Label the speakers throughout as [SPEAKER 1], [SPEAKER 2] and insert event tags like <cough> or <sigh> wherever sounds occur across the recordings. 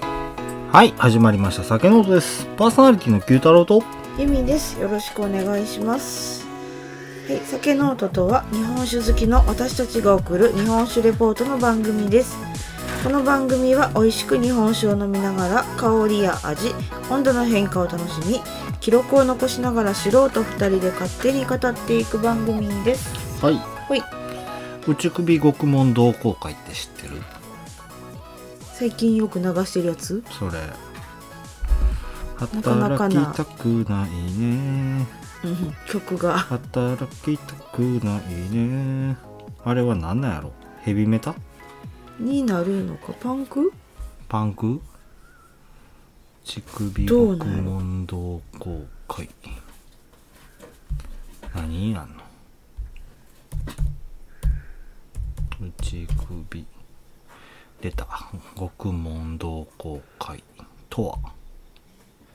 [SPEAKER 1] はい始まりました酒の音ですパーソナリティの九太郎と
[SPEAKER 2] ゆみです。よろしくお願いします。はい、酒ノートとは日本酒好きの私たちが送る日本酒レポートの番組です。この番組は美味しく日本酒を飲みながら香りや味、温度の変化を楽しみ、記録を残しながら素人2人で勝手に語っていく番組です。
[SPEAKER 1] はい
[SPEAKER 2] はい、
[SPEAKER 1] 内首獄門同好会って知ってる
[SPEAKER 2] 最近よく流してるやつ
[SPEAKER 1] それ
[SPEAKER 2] なかなか
[SPEAKER 1] 働
[SPEAKER 2] な
[SPEAKER 1] きたくないね
[SPEAKER 2] うん、曲が。
[SPEAKER 1] 働きたくないねあれは何なんやろヘビメタ
[SPEAKER 2] になるのか、パンク
[SPEAKER 1] パンク乳首
[SPEAKER 2] どう
[SPEAKER 1] 獄
[SPEAKER 2] なんやろ
[SPEAKER 1] 門同好会何やんの内首出た獄門同好会とは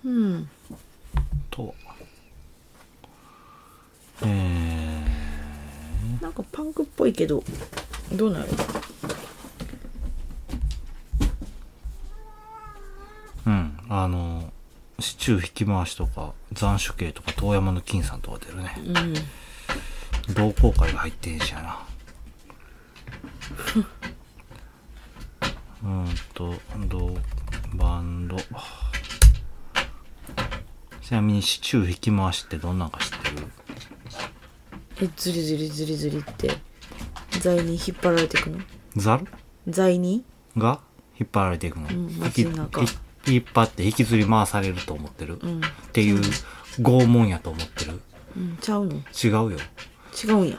[SPEAKER 2] うん。
[SPEAKER 1] とはえ
[SPEAKER 2] なんかパンクっぽいけど、どうなる
[SPEAKER 1] ー、うんあのシチュー引き回しとか斬首刑とか遠山の金さんとか出るね
[SPEAKER 2] うん。
[SPEAKER 1] 同好会が入ってんしや
[SPEAKER 2] <laughs>
[SPEAKER 1] なうーんと同バンドちなみにシチュー引き回しってどんなんか知ってる
[SPEAKER 2] えずりずりずりずりって財に引っ張られていくの
[SPEAKER 1] ザル
[SPEAKER 2] 財に
[SPEAKER 1] が引っ張られていくの、
[SPEAKER 2] ん
[SPEAKER 1] 引き
[SPEAKER 2] 街の中
[SPEAKER 1] 引引っ張って引きずり回されると思ってる、
[SPEAKER 2] うん
[SPEAKER 1] っていう拷問やと思ってる
[SPEAKER 2] うんちゃうの
[SPEAKER 1] 違うよ
[SPEAKER 2] 違うんや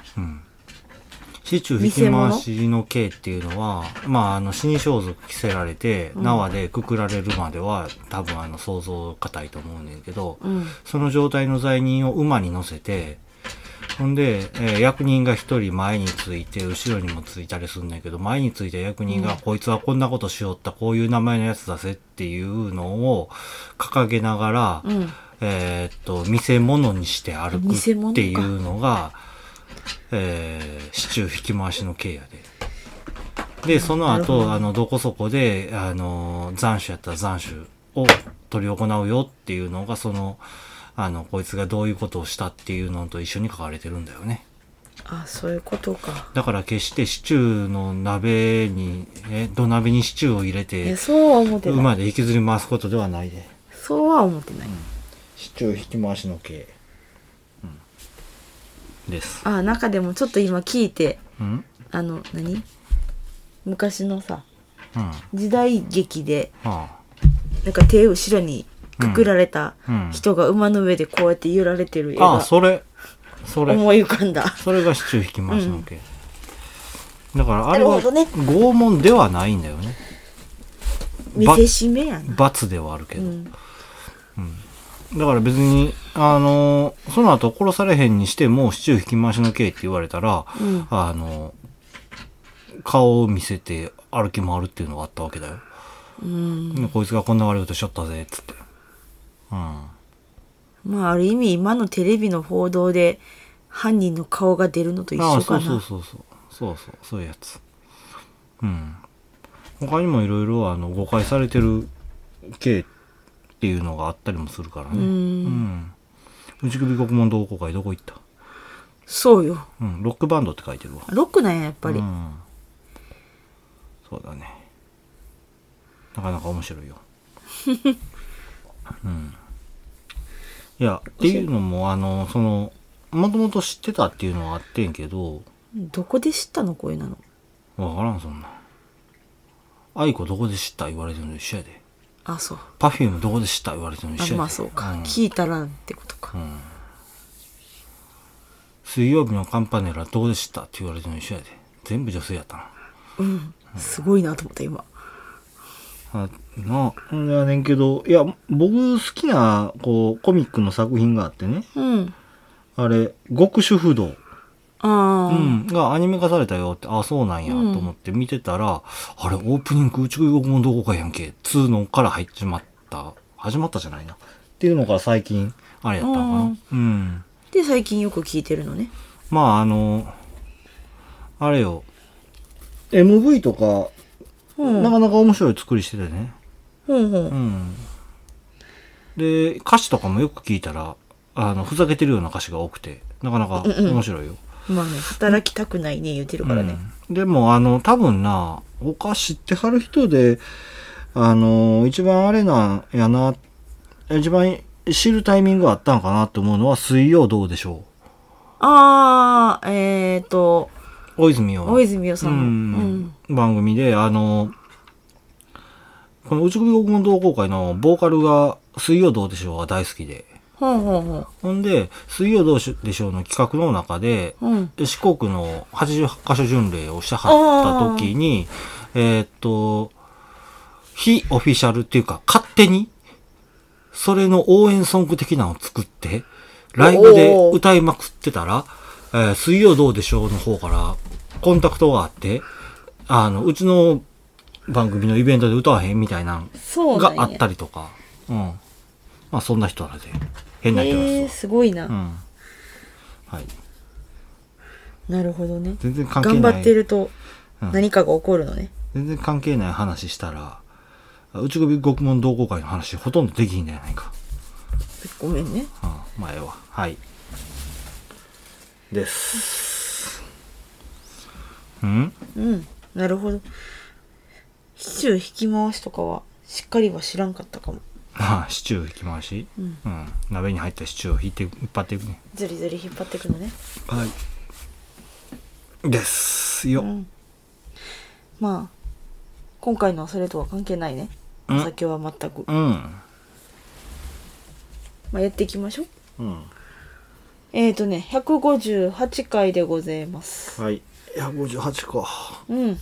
[SPEAKER 1] 市中引き回しの刑っていうのは、まあ、あの、死に装束着せられて、縄でくくられるまでは、多分あの、想像固いと思うねんけど、
[SPEAKER 2] うん
[SPEAKER 1] その状態の罪人を馬に乗せて、ほんで、えー役人が一人前について、後ろにもついたりするんだけど、前についた役人が、こいつはこんなことしよった、こういう名前のやつだぜっていうのを掲げながら、
[SPEAKER 2] うん
[SPEAKER 1] えーっと、見せ物にして歩く
[SPEAKER 2] 見せ物
[SPEAKER 1] っ
[SPEAKER 2] か
[SPEAKER 1] ていうのが、えー、市中引き回しの刑やで。で、その
[SPEAKER 2] なるほ
[SPEAKER 1] 後、
[SPEAKER 2] ど
[SPEAKER 1] あの、どこそこで、あの、残首やったら残首を取り行うよっていうのが、その、あの、こいつがどういうことをしたっていうのと一緒に書かれてるんだよね。
[SPEAKER 2] あそういうことか
[SPEAKER 1] だから決してシチューの鍋に、え、土鍋にシチューを入れ
[SPEAKER 2] え
[SPEAKER 1] て、
[SPEAKER 2] そうは思ってない
[SPEAKER 1] 馬で引きずり回すことではないで。
[SPEAKER 2] そうは思ってない
[SPEAKER 1] シチュー引き回しの刑。うん、です。
[SPEAKER 2] あ中でもちょっと今聞いて
[SPEAKER 1] うん
[SPEAKER 2] あの何昔のさ
[SPEAKER 1] うん。
[SPEAKER 2] 時代劇で
[SPEAKER 1] あ
[SPEAKER 2] なんか手後ろにくくられた
[SPEAKER 1] うんうん
[SPEAKER 2] 人が馬の上でこうやって揺られてる絵
[SPEAKER 1] あ。ああ、
[SPEAKER 2] が
[SPEAKER 1] それ。それ。
[SPEAKER 2] 思い浮かんだ
[SPEAKER 1] それがシチュー引き回しの刑。だからあれ
[SPEAKER 2] な
[SPEAKER 1] は
[SPEAKER 2] るほどね
[SPEAKER 1] 拷問ではないんだよね。
[SPEAKER 2] 見せしめやな
[SPEAKER 1] 罰ではあるけ
[SPEAKER 2] う
[SPEAKER 1] ど。
[SPEAKER 2] ん
[SPEAKER 1] だから別に、あのーその後殺されへんにしても、シチュー引き回しの刑って言われたら、
[SPEAKER 2] うん
[SPEAKER 1] あのー顔を見せて歩き回るっていうのがあったわけだよ。
[SPEAKER 2] うん
[SPEAKER 1] でこいつがこんな悪いことしちゃったぜ、つって。うん。
[SPEAKER 2] まあある意味今のテレビの報道で犯人の顔が出るのと一
[SPEAKER 1] ああ
[SPEAKER 2] 緒かな
[SPEAKER 1] そうそうそうそうそうそうそういうやつうん他にもいろいろあの誤解されてる刑っていうのがあったりもするからね
[SPEAKER 2] う
[SPEAKER 1] う
[SPEAKER 2] ー
[SPEAKER 1] んん内首獄門同好会どこ行った
[SPEAKER 2] そうよ
[SPEAKER 1] うんロックバンドって書いてるわやっ
[SPEAKER 2] ロックなんややっぱり、
[SPEAKER 1] うん、そうだねなかなか面白いよ <laughs> うんいやっていうのもあのそのもともと知ってたっていうのはあってんけど、
[SPEAKER 2] どこで知ったのこういうの
[SPEAKER 1] わからんそんなん愛子どこで知った言われてるの一緒やで
[SPEAKER 2] あそう
[SPEAKER 1] パフュームどこで知った言われてるの一緒や
[SPEAKER 2] あ
[SPEAKER 1] で
[SPEAKER 2] まあそうか、
[SPEAKER 1] ん
[SPEAKER 2] 聞いたらってことか、
[SPEAKER 1] 水曜日のカンパネラどこで知ったって言われてるの一緒やで全部女性やったな
[SPEAKER 2] すごいなと思った今
[SPEAKER 1] あなあいやねんけどいや僕好きなこうコミックの作品があってね
[SPEAKER 2] うん
[SPEAKER 1] あれ極主不動
[SPEAKER 2] ああ、
[SPEAKER 1] うん、がアニメ化されたよって、あ、そうなんやと
[SPEAKER 2] うん
[SPEAKER 1] 思って見てたら、あれ、オープニング宇宙語のどこかやんけ、2のから始まった、始まったじゃないな。っていうのが最近、あれやったのかな。うん。
[SPEAKER 2] で最近よく聞いてるのね
[SPEAKER 1] まあ、あの、あれよ、MV とか、
[SPEAKER 2] うん
[SPEAKER 1] なかなか面白い作りしててね。
[SPEAKER 2] ほうほう
[SPEAKER 1] うん。で、歌詞とかもよく聞いたら、あの、ふざけてるような歌詞が多くて、なかなか面白いよ。
[SPEAKER 2] まあね働きたくないね言ってるからね、
[SPEAKER 1] うんでも、あの、多分な、他知ってはる人で、あの、一番あれなんやな、一番知るタイミングがあったんかなと思うのは、水曜どうでしょ
[SPEAKER 2] ああえっ、ー、と
[SPEAKER 1] う。大泉洋の。
[SPEAKER 2] 大泉洋さ
[SPEAKER 1] うん
[SPEAKER 2] の、うん
[SPEAKER 1] ん、番組で、あの、この内首国語同好会のボーカルが、水曜どうでしょうが大好きで。
[SPEAKER 2] ほうほうほ
[SPEAKER 1] ほんで、水曜どうでしょうの企画の中で、
[SPEAKER 2] ううん
[SPEAKER 1] 四国の88カ所巡礼をしてはった時に、えーっと、非オフィシャルっていうか、勝手に、それの応援ソング的なのを作って、ライブで歌いまくってたら、えー水曜どうでしょうの方からコンタクトがあって、あの、うちの番組のイベントで歌わへんみたいな
[SPEAKER 2] そ
[SPEAKER 1] の
[SPEAKER 2] うなん
[SPEAKER 1] が
[SPEAKER 2] や
[SPEAKER 1] あったりとか、うん。まあそんな人らで、変な人ら
[SPEAKER 2] へ
[SPEAKER 1] で
[SPEAKER 2] え
[SPEAKER 1] す
[SPEAKER 2] すごいな、
[SPEAKER 1] わ。うん。はい。
[SPEAKER 2] なるほどね
[SPEAKER 1] 全然関係ない。
[SPEAKER 2] 頑張ってると
[SPEAKER 1] うん
[SPEAKER 2] 何かが起こるのね、
[SPEAKER 1] 全然関係ない話したら、内首獄門同好会の話ほとんどできひんじゃないか。
[SPEAKER 2] ごめんね
[SPEAKER 1] うん、前は。はい。です。うん <laughs>
[SPEAKER 2] うんなるほどシチュー引き回しとかはしっかりは知らんかったかも
[SPEAKER 1] ああ、シチュー引き回し、
[SPEAKER 2] うん
[SPEAKER 1] 鍋に入ったシチューを引いて、引っ張っていくね。
[SPEAKER 2] ずりずり引っ張ってくのね
[SPEAKER 1] はい。ですよ。
[SPEAKER 2] うんまあ今回のはそれとは関係ないね
[SPEAKER 1] うん
[SPEAKER 2] お酒は全く、
[SPEAKER 1] うん。
[SPEAKER 2] まあ、やっていきましょう
[SPEAKER 1] うん。
[SPEAKER 2] えーとね158回でございます
[SPEAKER 1] はい。158か。
[SPEAKER 2] うん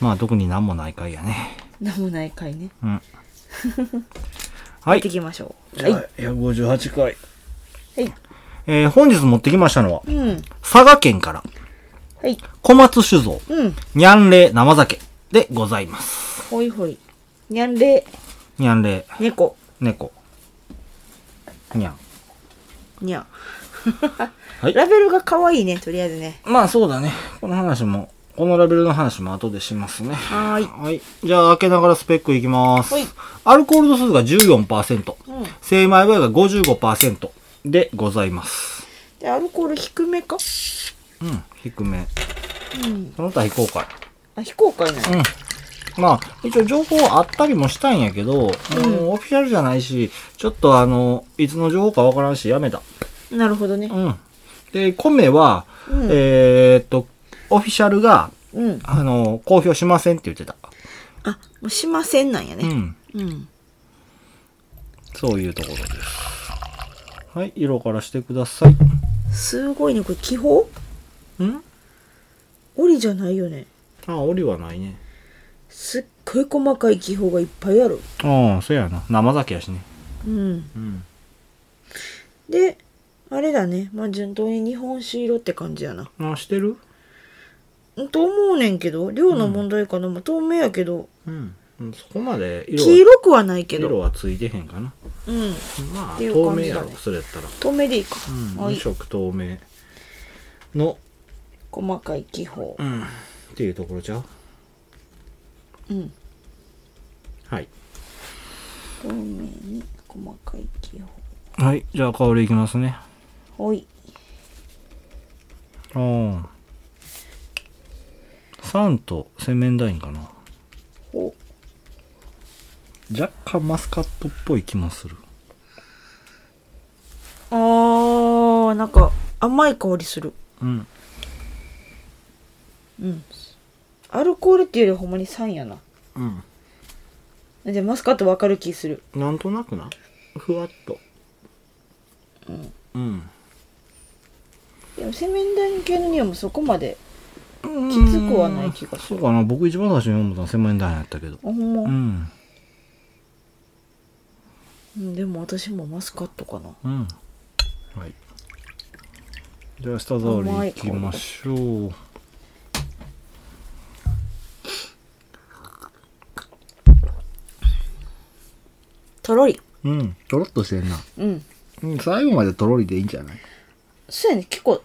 [SPEAKER 1] まあ、特になんもない回やね。
[SPEAKER 2] なんもない回ね
[SPEAKER 1] うん。 <laughs> は
[SPEAKER 2] やって
[SPEAKER 1] い
[SPEAKER 2] い。きましょう
[SPEAKER 1] じゃ
[SPEAKER 2] はい
[SPEAKER 1] あ、158回。
[SPEAKER 2] はい
[SPEAKER 1] えー本日持ってきましたのは、
[SPEAKER 2] うん
[SPEAKER 1] 佐賀県から、
[SPEAKER 2] はい
[SPEAKER 1] 小松酒造、
[SPEAKER 2] うん
[SPEAKER 1] にゃんれい生酒でございます。
[SPEAKER 2] ほいほいにゃんれ
[SPEAKER 1] にゃんれい、
[SPEAKER 2] 猫
[SPEAKER 1] 猫、にゃん。
[SPEAKER 2] にゃ、
[SPEAKER 1] はい
[SPEAKER 2] <laughs> ラベルが可愛いねとりあえずね
[SPEAKER 1] まあそうだね。この話も、このラベルの話も後でしますね。
[SPEAKER 2] はーい
[SPEAKER 1] はい。じゃあ、開けながらスペックいきます。
[SPEAKER 2] はい
[SPEAKER 1] アルコール度数が14%、
[SPEAKER 2] うん
[SPEAKER 1] 精米倍が55%でございます。
[SPEAKER 2] でアルコール低めか
[SPEAKER 1] うん、低め。
[SPEAKER 2] うん
[SPEAKER 1] その他非公開。
[SPEAKER 2] あ非公開なの
[SPEAKER 1] うん。まあ、一応情報はあったりもしたんやけど、もうオフィシャルじゃないし、ちょっとあの、いつの情報かわからんし、やめた。
[SPEAKER 2] なるほどね
[SPEAKER 1] うん。で、米は、
[SPEAKER 2] うん
[SPEAKER 1] えーっと、オフィシャルが、
[SPEAKER 2] うん
[SPEAKER 1] あの、公表しませんって言ってた。
[SPEAKER 2] あもうしませんなんや
[SPEAKER 1] う
[SPEAKER 2] ね
[SPEAKER 1] ん。
[SPEAKER 2] うん
[SPEAKER 1] そういうところです。はい、色からしてください。
[SPEAKER 2] すごいねこれ気泡
[SPEAKER 1] ん
[SPEAKER 2] 折りじゃないよね
[SPEAKER 1] あ、折りはないね。
[SPEAKER 2] すっごい細かい気泡がいっぱいある
[SPEAKER 1] ああ、そうやな。生酒やしね。
[SPEAKER 2] うん
[SPEAKER 1] うん。
[SPEAKER 2] であれだねまあ順当に日本酒色って感じやな
[SPEAKER 1] あ、してる
[SPEAKER 2] んと思うねんけど量の問題かな、まあ透明やけど
[SPEAKER 1] うん。そこまで色は
[SPEAKER 2] 黄色くはないけ
[SPEAKER 1] 色
[SPEAKER 2] ど
[SPEAKER 1] はついてへんかな。
[SPEAKER 2] うん
[SPEAKER 1] まあ、
[SPEAKER 2] っていう
[SPEAKER 1] 透
[SPEAKER 2] 感
[SPEAKER 1] 明
[SPEAKER 2] じだね
[SPEAKER 1] やろ、それやったら。
[SPEAKER 2] 透明でいいか、
[SPEAKER 1] うん、
[SPEAKER 2] は
[SPEAKER 1] 無
[SPEAKER 2] い
[SPEAKER 1] 色透明の、
[SPEAKER 2] 細かい気泡
[SPEAKER 1] うん、っていうところじゃう
[SPEAKER 2] うん
[SPEAKER 1] はい。
[SPEAKER 2] 透明に細かい気
[SPEAKER 1] はい、じゃあ香りいきますね。
[SPEAKER 2] 泡はい
[SPEAKER 1] うん。酸と洗面台かな。
[SPEAKER 2] お
[SPEAKER 1] 若干マスカットっぽい気もする。
[SPEAKER 2] あーなんか甘い香りする
[SPEAKER 1] うん。
[SPEAKER 2] うんアルコールっていうよりほんまに酸やな
[SPEAKER 1] うん。
[SPEAKER 2] じゃマスカットわかる気する
[SPEAKER 1] なんとなくな。ふわっと。うん。
[SPEAKER 2] でも洗面台系の匂いもそこまで
[SPEAKER 1] うん。
[SPEAKER 2] きつくはない気がす
[SPEAKER 1] そ
[SPEAKER 2] る
[SPEAKER 1] うかな。僕一番最初に思ったのは洗面台やったけど。
[SPEAKER 2] あほんま、
[SPEAKER 1] うん。
[SPEAKER 2] うん、でも私もマスカットかな
[SPEAKER 1] うん。はい。じゃあ、舌触りいきましょう。
[SPEAKER 2] とろり
[SPEAKER 1] うん、とろっとしてんな。
[SPEAKER 2] うん
[SPEAKER 1] うん、最後までとろりでいいんじゃない
[SPEAKER 2] そうやね結構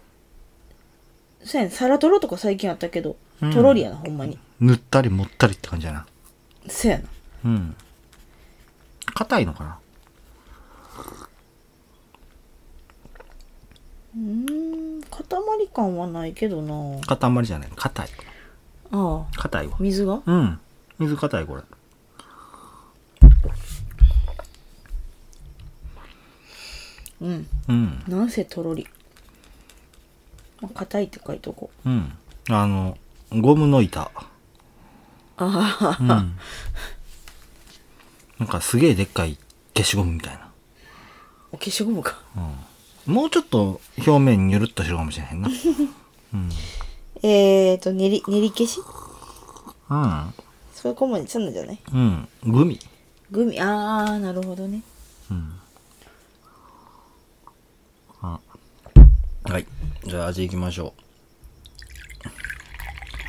[SPEAKER 2] そうやねサラトロとか最近あったけど、
[SPEAKER 1] うん
[SPEAKER 2] とろりやなほんまに
[SPEAKER 1] 塗ったり持ったりって感じやな。
[SPEAKER 2] そうやな
[SPEAKER 3] うん。
[SPEAKER 1] 硬いのかな
[SPEAKER 2] うーん塊感はないけどな
[SPEAKER 1] 塊じゃない。硬い。
[SPEAKER 2] ああ
[SPEAKER 1] 硬いわ。
[SPEAKER 2] 水が
[SPEAKER 1] うん。水硬い、これ。
[SPEAKER 2] うん
[SPEAKER 1] うん。
[SPEAKER 2] なんせとろりまあ硬いって書いとこう
[SPEAKER 1] うん。あの、ゴムの板。
[SPEAKER 2] ああ
[SPEAKER 1] うん。なんかすげえでっかい消しゴムみたいな。
[SPEAKER 2] お消しゴムか
[SPEAKER 1] もうちょっと表面にゅるっとしてるかもしれへんな。
[SPEAKER 2] えーと練り練り消し
[SPEAKER 1] うん。
[SPEAKER 2] そういうこもすんのじゃない
[SPEAKER 1] うん。グミ。
[SPEAKER 2] グミああなるほどね
[SPEAKER 1] はい。じゃあ味いきましょう。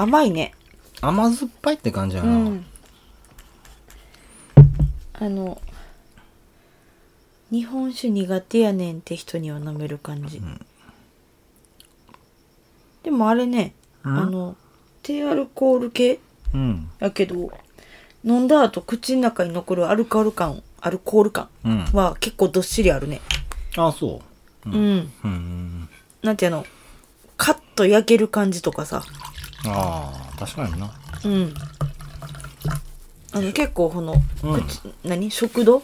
[SPEAKER 2] 甘いね
[SPEAKER 1] 甘酸っぱいって感じや
[SPEAKER 2] う
[SPEAKER 1] な。
[SPEAKER 2] んあの日本酒苦手やねんって人には飲める感じ、でもあれね、あの低アルコール系
[SPEAKER 1] うん。
[SPEAKER 2] やけど飲んだ後口の中に残るアルコール感アルコール感
[SPEAKER 1] うん
[SPEAKER 2] は結構どっしりあるね
[SPEAKER 1] あ、そ
[SPEAKER 2] うん、
[SPEAKER 1] う。うん。
[SPEAKER 2] なんていうのカッと焼ける感じとかさ
[SPEAKER 1] ああ、確かにな。
[SPEAKER 2] うんあの結構この
[SPEAKER 1] うん
[SPEAKER 2] 口、何食道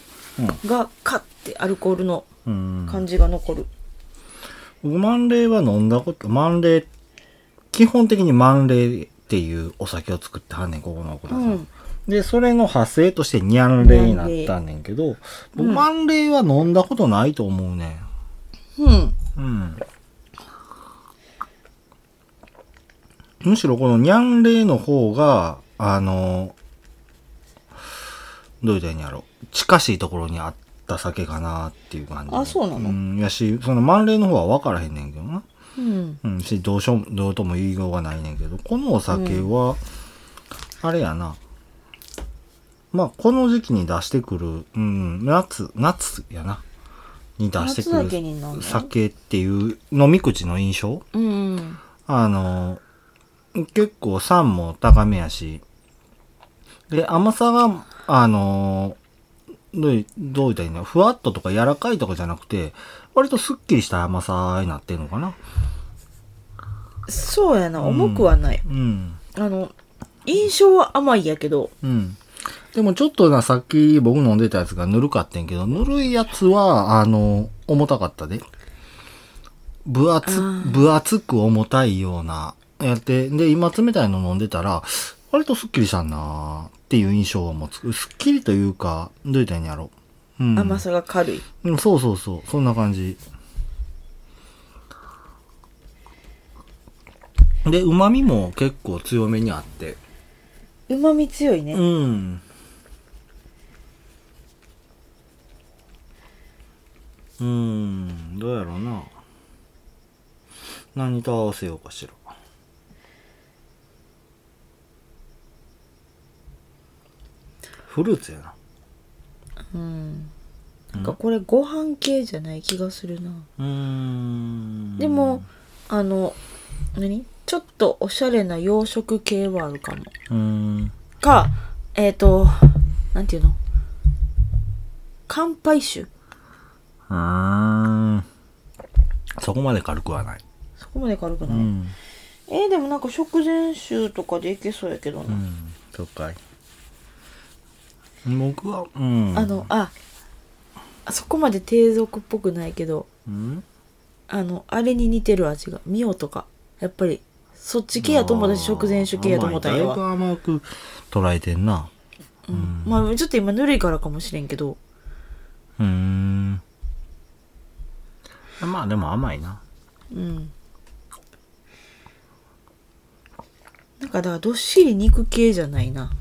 [SPEAKER 1] う
[SPEAKER 2] がカッてアルコールの
[SPEAKER 1] うん。
[SPEAKER 2] 感じが残る、
[SPEAKER 1] 僕、万礼は飲んだこと、万礼、基本的に万礼っていうお酒を作ってはんねん、ここのお子さん。
[SPEAKER 2] うん
[SPEAKER 1] で、それの派生としてニャンレイになったんねんけど、僕、万礼は飲んだことないと思うね
[SPEAKER 2] うん。
[SPEAKER 1] ん。うん。むしろこのニャンレイの方が、あの、どう言ったらいいんやろ近しいところにあった酒かなっていう感じ。
[SPEAKER 2] あそうなの
[SPEAKER 1] うん。やし、その万礼の方は分からへんねんけどな。
[SPEAKER 2] うん。
[SPEAKER 1] うん、し、どうしよう、どうとも言いようがないねんけど、このお酒は、あれやな。まあ、この時期に出してくる、うん、夏、夏やな。に出して
[SPEAKER 2] 夏だけ
[SPEAKER 1] く
[SPEAKER 2] になん
[SPEAKER 1] る
[SPEAKER 2] だ
[SPEAKER 1] 酒っていう飲み口の印象
[SPEAKER 2] うん。
[SPEAKER 1] あの、結構酸も高めやし、で、甘さが、あの、どういどう言ったらいいのふわっととか柔らかいとかじゃなくて、割とすっきりした甘さになってんのかな。
[SPEAKER 2] そうやな、重くはない。
[SPEAKER 1] うん。
[SPEAKER 2] あの、印象は甘いやけど、
[SPEAKER 1] うん。でもちょっとな、さっき僕飲んでたやつがぬるかってんけど、ぬるいやつは、あの、重たかったで。分厚、分厚く重たいような、やって、で、今冷たいの飲んでたら、割とすっきりしたなっていう印象を持つ。すっきりというか、どう言ったらいいんやろう。うん。
[SPEAKER 2] 甘さが軽い。
[SPEAKER 1] うん。そうそうそう。そんな感じ。で、旨味も結構強めにあって。
[SPEAKER 2] 旨味強いね。
[SPEAKER 1] うん。うん、どうやろうな。何と合わせようかしら。フルーツやな。
[SPEAKER 2] なんかこれご飯系じゃない気がするな。
[SPEAKER 1] うーん。
[SPEAKER 2] でも、あの、何ちょっとおしゃれな洋食系はあるかも。
[SPEAKER 1] うーん。
[SPEAKER 2] か、えっ、と、なんていうの乾杯酒
[SPEAKER 1] うーん。そこまで軽くはない。
[SPEAKER 2] そこまで軽くない。
[SPEAKER 1] うん。
[SPEAKER 2] えーでもなんか食前酒とかでいけそうやけどな。
[SPEAKER 1] うん。そっかい。僕は、うん。
[SPEAKER 2] あの、あ、そこまで低俗っぽくないけど、
[SPEAKER 1] うん、
[SPEAKER 2] あの、あれに似てる味が、ミオとか、やっぱり、そっち系やと思ったし、食前酒系やと思ったんや
[SPEAKER 1] 甘
[SPEAKER 2] わ。
[SPEAKER 1] いだいぶ甘く捉えてんな。
[SPEAKER 2] うんまあ、ちょっと今ぬるいからかもしれんけど、
[SPEAKER 1] うーん。まあでも甘いな。
[SPEAKER 2] うん。なんか、だから、どっしり肉系じゃないな。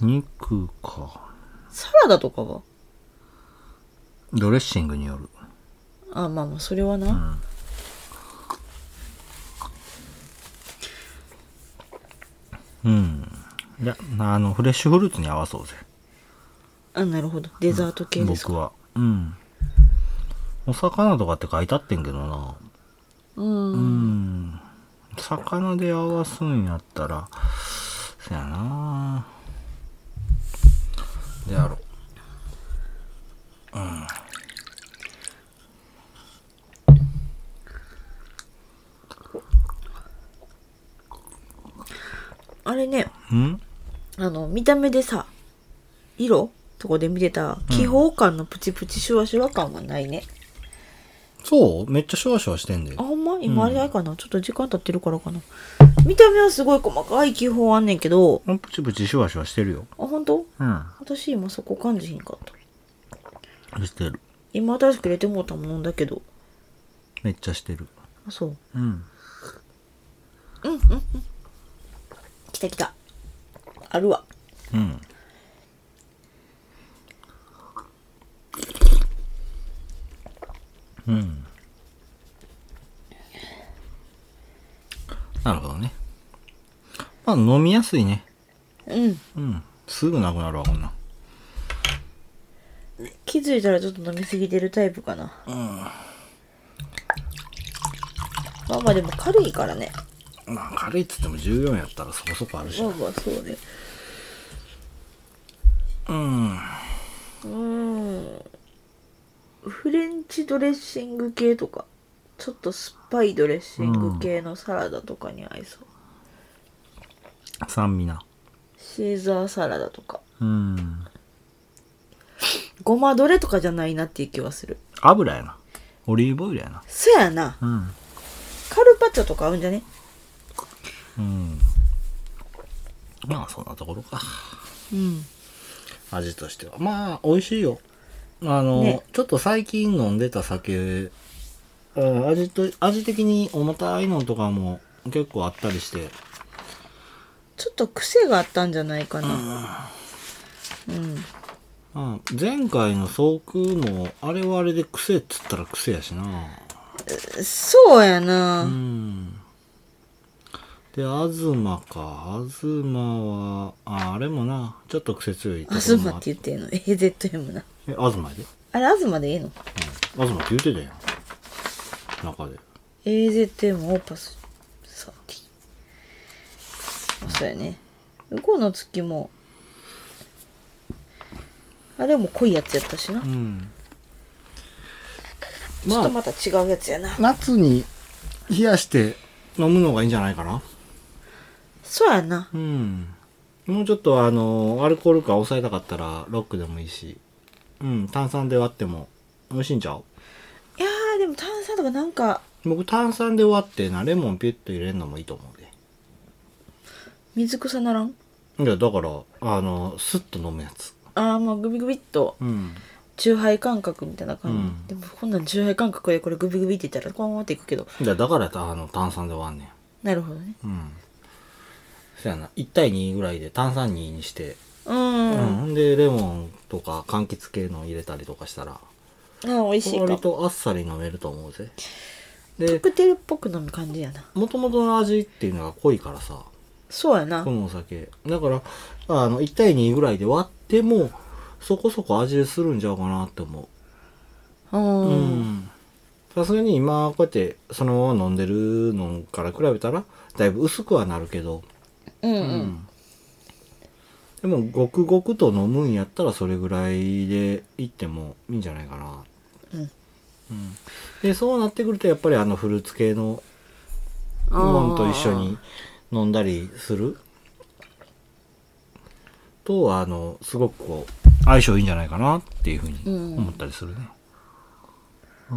[SPEAKER 1] 肉か。
[SPEAKER 2] サラダとかは
[SPEAKER 1] ドレッシングによる。
[SPEAKER 2] あ、まあまあ、それはな。
[SPEAKER 1] うん。いや、あの、フレッシュフルーツに合わそうぜ。
[SPEAKER 2] あ、なるほど。デザート系ですか。
[SPEAKER 1] 僕は。うん。お魚とかって書いてあってんけどな。
[SPEAKER 2] うん。
[SPEAKER 1] うん。魚で合わすんやったら、そやな
[SPEAKER 2] あれね、
[SPEAKER 1] うん
[SPEAKER 2] あの、見た目でさ、色とこで見てた、気泡感のプチプチシュワシュワ感はないね。
[SPEAKER 1] そうめっちゃシュワシュワしてんで
[SPEAKER 2] あ、。ほんま今あれないかな、ちょっと時間経ってるからかな。見た目はすごい細かい気泡あんねんけど、
[SPEAKER 1] うんプチプチシュワシュワしてるよ。
[SPEAKER 2] あ、ほんと
[SPEAKER 1] うん。
[SPEAKER 2] 私今そこ感じひんかった。
[SPEAKER 1] してる。
[SPEAKER 2] 今新しく入れてもうたもんだけど。
[SPEAKER 1] めっちゃしてる。
[SPEAKER 2] あ、そう。
[SPEAKER 1] うん。
[SPEAKER 2] 来た来た。あるわ。
[SPEAKER 1] うん。うん。なるほどね。まあ飲みやすいね。
[SPEAKER 2] うん。
[SPEAKER 1] うん。すぐなくなるわ、こんなん。
[SPEAKER 2] 気づいたらちょっと飲みすぎてるタイプかな。まあまあでも軽いからね。
[SPEAKER 1] まあ軽いっつっても14やったらそこそこあるし
[SPEAKER 2] まあ。まあそうね。
[SPEAKER 1] うん。
[SPEAKER 2] フレンチドレッシング系とか、ちょっと酸っぱいドレッシング系のサラダとかに合いそう。
[SPEAKER 1] 酸味な。
[SPEAKER 2] シーザーサラダとか。
[SPEAKER 1] うん。
[SPEAKER 2] ごまどれとかじゃないなっていう気はする。
[SPEAKER 1] 油やな。オリーブオイルやな。
[SPEAKER 2] そやな。
[SPEAKER 1] うん。
[SPEAKER 2] カルパッチョとか合うんじゃね
[SPEAKER 1] うん。まあそんなところか。
[SPEAKER 2] うん。
[SPEAKER 1] 味としては。まあ、美味しいよ。あの、
[SPEAKER 2] ね
[SPEAKER 1] ちょっと最近飲んでた酒、うん味と、味的に重たいのとかも結構あったりして、
[SPEAKER 2] ちょっと癖があったんじゃないかな。うん。
[SPEAKER 1] まあ、前回の総空も、あれはあれで癖っつったら癖やしな。
[SPEAKER 2] そうや
[SPEAKER 1] う
[SPEAKER 2] な。
[SPEAKER 1] ん。で、東か。東は、ああれもな、ちょっと癖強いとこ
[SPEAKER 2] あず
[SPEAKER 1] ろも
[SPEAKER 2] ま
[SPEAKER 1] あ
[SPEAKER 2] って言ってんの ?AZM な。
[SPEAKER 1] え、東やで。
[SPEAKER 2] あれ、あずまでいいの
[SPEAKER 1] うん。東って言うてたやん。中で。
[SPEAKER 2] ?AZM オーパスサーティ。あそうやね。向こうの月も、あれも濃いやつやったしな。
[SPEAKER 1] うん。
[SPEAKER 2] ちょっとまた違うやつやな。
[SPEAKER 1] 夏に冷やして飲むのがいいんじゃないかな
[SPEAKER 2] そうやな。
[SPEAKER 1] うんもうちょっとあのアルコール感抑えたかったらロックでもいいしうん炭酸で割っても美味しいんちゃう
[SPEAKER 2] いやー、でも炭酸とかなんか、
[SPEAKER 1] 僕炭酸で割ってなレモンピュッと入れるのもいいと思うで
[SPEAKER 2] 水臭ならん
[SPEAKER 1] いやだからあのスッと飲むやつ
[SPEAKER 2] あー、まあグビグビっと、
[SPEAKER 1] うん
[SPEAKER 2] チューハイ感覚みたいな感じ。
[SPEAKER 1] う
[SPEAKER 2] でも、こんなんチューハイ感覚でこれグビグビって言ったら、こーンっていくけど。
[SPEAKER 1] いやだからあの炭酸で割んね
[SPEAKER 2] なるほどね。
[SPEAKER 1] んうんそやな1対2ぐらいで炭酸2にしてう
[SPEAKER 2] う
[SPEAKER 1] ん
[SPEAKER 2] ん。、
[SPEAKER 1] ほんでレモンとか柑橘系の入れたりとかしたら
[SPEAKER 2] うん、美味しい
[SPEAKER 1] 割
[SPEAKER 2] か。
[SPEAKER 1] とあっさり飲めると思うぜで
[SPEAKER 2] カクテルっぽく飲む感じやな。
[SPEAKER 1] もともとの味っていうのが濃いからさ
[SPEAKER 2] そうやな
[SPEAKER 1] こ。のお酒だからあの1対2ぐらいで割ってもそこそこ味するんちゃうかなって思
[SPEAKER 2] う。
[SPEAKER 1] ううんんさすがに今こうやってそのまま飲んでるのから比べたらだいぶ薄くはなるけど
[SPEAKER 2] うんう。
[SPEAKER 1] うんでもごくごくと飲むんやったらそれぐらいでいってもいいんじゃないかな
[SPEAKER 2] うん
[SPEAKER 1] うんでそうなってくるとやっぱりあのフルーツ系の
[SPEAKER 2] あー
[SPEAKER 1] もんと一緒に飲んだりするとあのすごくこう相性いいんじゃないかなっていうふうに
[SPEAKER 2] うん
[SPEAKER 1] 思ったりするね、う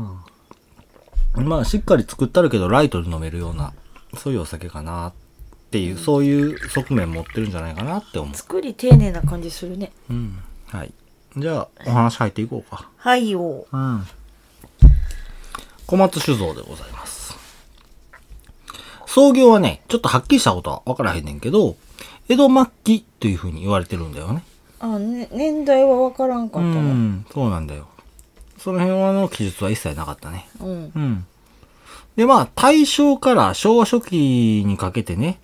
[SPEAKER 1] んまあしっかり作ってあるけどライトで飲めるようなそういうお酒かなっていう、そういう側面持ってるんじゃないかなって思
[SPEAKER 2] 作り丁寧な感じするね。
[SPEAKER 1] う、うん、はいじゃあお話入っていこうか
[SPEAKER 2] はいよ。
[SPEAKER 1] うん小松酒造でございます。創業はね、ちょっとはっきりしたことは分からへんねんけど、江戸末期というふうに言われてるんだよね。
[SPEAKER 2] あ、ね、年代はわからんか
[SPEAKER 1] う
[SPEAKER 2] ったな。
[SPEAKER 1] ん、そうなんだよ。その辺はの記述は一切なかったね。
[SPEAKER 2] うん。
[SPEAKER 1] うん。で、まあ、大正から昭和初期にかけてね、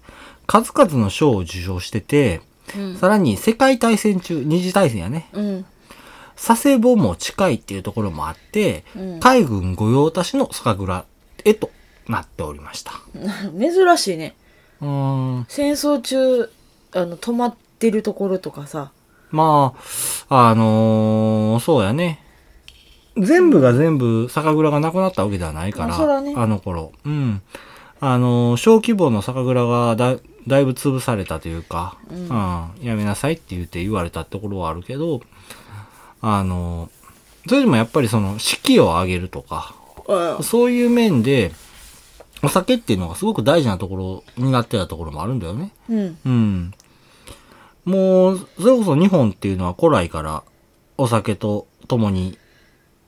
[SPEAKER 1] 数々の賞を受賞してて、
[SPEAKER 2] うん
[SPEAKER 1] さらに世界大戦中、二次大戦やね、
[SPEAKER 2] うん。 <laughs>
[SPEAKER 1] 佐世保も近いっていうところもあって、
[SPEAKER 2] うん
[SPEAKER 1] 海軍御用達の酒蔵へとなっておりました。
[SPEAKER 2] 珍しいね。
[SPEAKER 1] うーん。
[SPEAKER 2] 戦争中、あの、止まってるところとかさ。
[SPEAKER 1] まあ、あのーそうやね。全部が全部酒蔵がなくなったわけではないか
[SPEAKER 2] まあそら
[SPEAKER 1] ら、
[SPEAKER 2] ね
[SPEAKER 1] あの頃。うん。あのー小規模の酒蔵がだだいぶ潰されたというか、うん、やめなさいって言って言われたところはあるけど、あの、それでもやっぱりその、式を上げるとか、
[SPEAKER 2] あ
[SPEAKER 1] そういう面で、お酒っていうのがすごく大事なところになってたところもあるんだよね。
[SPEAKER 2] うん。
[SPEAKER 1] うん。もう、それこそ日本っていうのは古来からお酒と共に、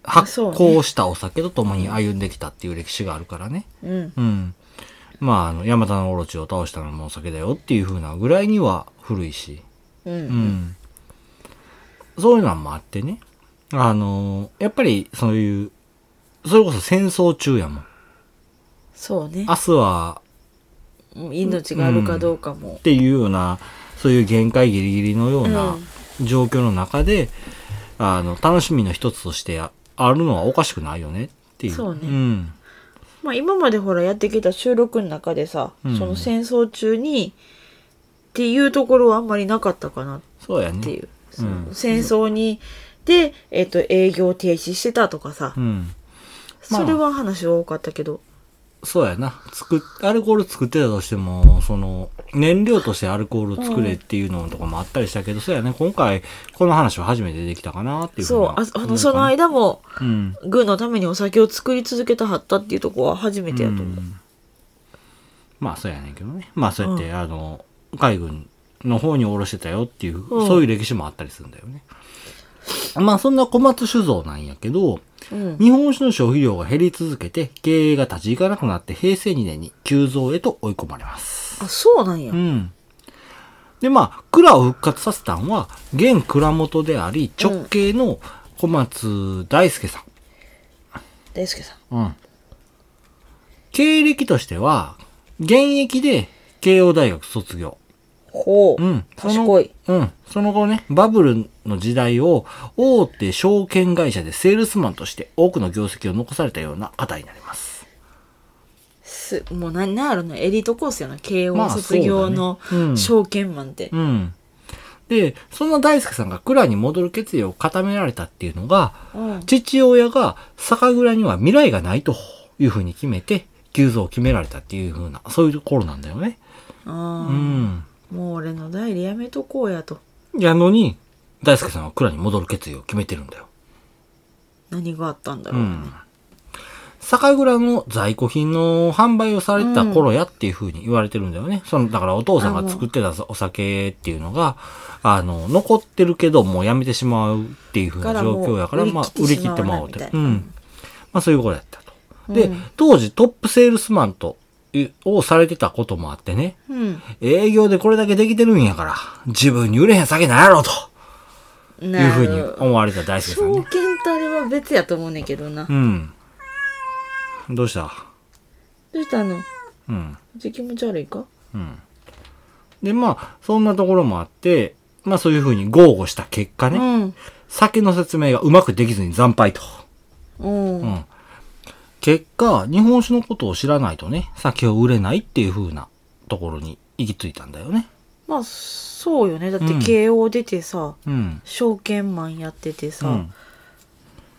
[SPEAKER 1] 発
[SPEAKER 2] そうね
[SPEAKER 1] 酵したお酒と共に歩んできたっていう歴史があるからね。
[SPEAKER 2] うん。
[SPEAKER 1] うん。まあ、あの、山田のオロチを倒したのもお酒だよっていう風なぐらいには古いし。
[SPEAKER 2] う。
[SPEAKER 1] うんん。そういうのもあってね。あの、やっぱりそういう、それこそ戦争中やもん。
[SPEAKER 2] そうね
[SPEAKER 1] 明。日は
[SPEAKER 2] 命があるかどうかも
[SPEAKER 1] っ。ていうようなそういう限界ギリギリのような状況の中で、あの楽しみの一つとしてああるのはおかしくないよねっていう。
[SPEAKER 2] そうね
[SPEAKER 1] ん、
[SPEAKER 2] まあ今までほらやってきた収録の中でさ、
[SPEAKER 1] うん
[SPEAKER 2] その戦争中にっていうところはあんまりなかったかなっ
[SPEAKER 1] そうや
[SPEAKER 2] て
[SPEAKER 1] ね。
[SPEAKER 2] いう。その
[SPEAKER 1] うん
[SPEAKER 2] 戦争に、で、えっ、と、営業停止してたとかさ、
[SPEAKER 1] うん。まあ
[SPEAKER 2] それは話は多かったけど、
[SPEAKER 1] そうやな。作っ、アルコール作ってたとしても、その、燃料としてアルコール作れっていうのとかもあったりしたけど、そうやね。今回、この話は初めてできたかなっていうふうに
[SPEAKER 2] そう
[SPEAKER 1] は
[SPEAKER 2] あ、あの、そ
[SPEAKER 1] 思
[SPEAKER 2] の
[SPEAKER 1] うか
[SPEAKER 2] 間も、
[SPEAKER 1] なうん。
[SPEAKER 2] 軍のためにお酒を作り続けたはったっていうとこは初めてやと思う。
[SPEAKER 1] んまあそうやねんけどねまあそうやって、あの海軍の方に下ろしてたよっていう、
[SPEAKER 2] うん
[SPEAKER 1] そういう歴史もあったりするんだよねまあそんな小松酒造なんやけど
[SPEAKER 2] うん。
[SPEAKER 1] 日本酒の消費量が減り続けて経営が立ち行かなくなって平成2年に急増へと追い込まれます
[SPEAKER 2] あ、そうなんや。
[SPEAKER 1] うんでまあ蔵を復活させたんは現蔵元であり直系の小松大輔さん
[SPEAKER 2] 大輔さん。
[SPEAKER 1] うん。経歴としては、現役で慶応大学卒業。
[SPEAKER 2] ほう。
[SPEAKER 1] うん。その
[SPEAKER 2] 賢い。。
[SPEAKER 1] うん。その後ね、バブルの時代を大手証券会社でセールスマンとして多くの業績を残されたような方になります。
[SPEAKER 2] すもう何なんやろなエリートコースやな慶
[SPEAKER 1] まあ
[SPEAKER 2] 応卒業の
[SPEAKER 1] そうだねうん
[SPEAKER 2] 証券マンって、
[SPEAKER 1] うん。で、そんな大輔さんが蔵に戻る決意を固められたっていうのが、
[SPEAKER 2] うん
[SPEAKER 1] 父親が酒蔵には未来がないというふうに決めて、急増を決められたっていうふうな、そういう頃なんだよね。
[SPEAKER 2] あ
[SPEAKER 1] う
[SPEAKER 2] ー
[SPEAKER 1] ん。
[SPEAKER 2] もう俺の代理やめとこうやと
[SPEAKER 1] やのに、大輔さんは蔵に戻る決意を決めてるんだよ。
[SPEAKER 2] 何があったんだ
[SPEAKER 1] う
[SPEAKER 2] ろうね、
[SPEAKER 1] ん。酒蔵の在庫品の販売をされてた頃やっていう風に言われてるんだよね。その、だからお父さんが作ってたお酒っていうのが、あの、残ってるけど、もうやめてしまうっていう風な状況やから、
[SPEAKER 2] だから
[SPEAKER 1] ま
[SPEAKER 2] もう
[SPEAKER 1] あ、売り切ってまおうっ
[SPEAKER 2] 売り切
[SPEAKER 1] てう
[SPEAKER 2] っ。てしまうなみ
[SPEAKER 1] ん。まあ、そういうことやったと。で、
[SPEAKER 2] うん
[SPEAKER 1] 当時トップセールスマンと、いをされてたこともあってね、
[SPEAKER 2] うん
[SPEAKER 1] 営業でこれだけできてるんやから、自分に売れへん酒なんやろと。
[SPEAKER 2] な
[SPEAKER 1] いう
[SPEAKER 2] る
[SPEAKER 1] ふうに思われた大輔さん
[SPEAKER 2] 証
[SPEAKER 1] ね。
[SPEAKER 2] 券とあれは別やと思うねんけどな、
[SPEAKER 1] うん。どうした
[SPEAKER 2] どうしたの
[SPEAKER 1] うん。
[SPEAKER 2] ちょっと気持ち悪いか
[SPEAKER 1] うん。で、まあ、そんなところもあって、まあそういうふうに豪語した結果ね、
[SPEAKER 2] うん
[SPEAKER 1] 酒の説明がうまくできずに惨敗と。
[SPEAKER 2] うん、
[SPEAKER 1] うん。結果、日本酒のことを知らないとね、酒を売れないっていうふうなところに行き着いたんだよね。
[SPEAKER 2] まあそうよねだって
[SPEAKER 1] うん
[SPEAKER 2] 慶応出てさ、
[SPEAKER 1] うん。
[SPEAKER 2] 証券マンやってて
[SPEAKER 1] う
[SPEAKER 2] さ、
[SPEAKER 1] ん。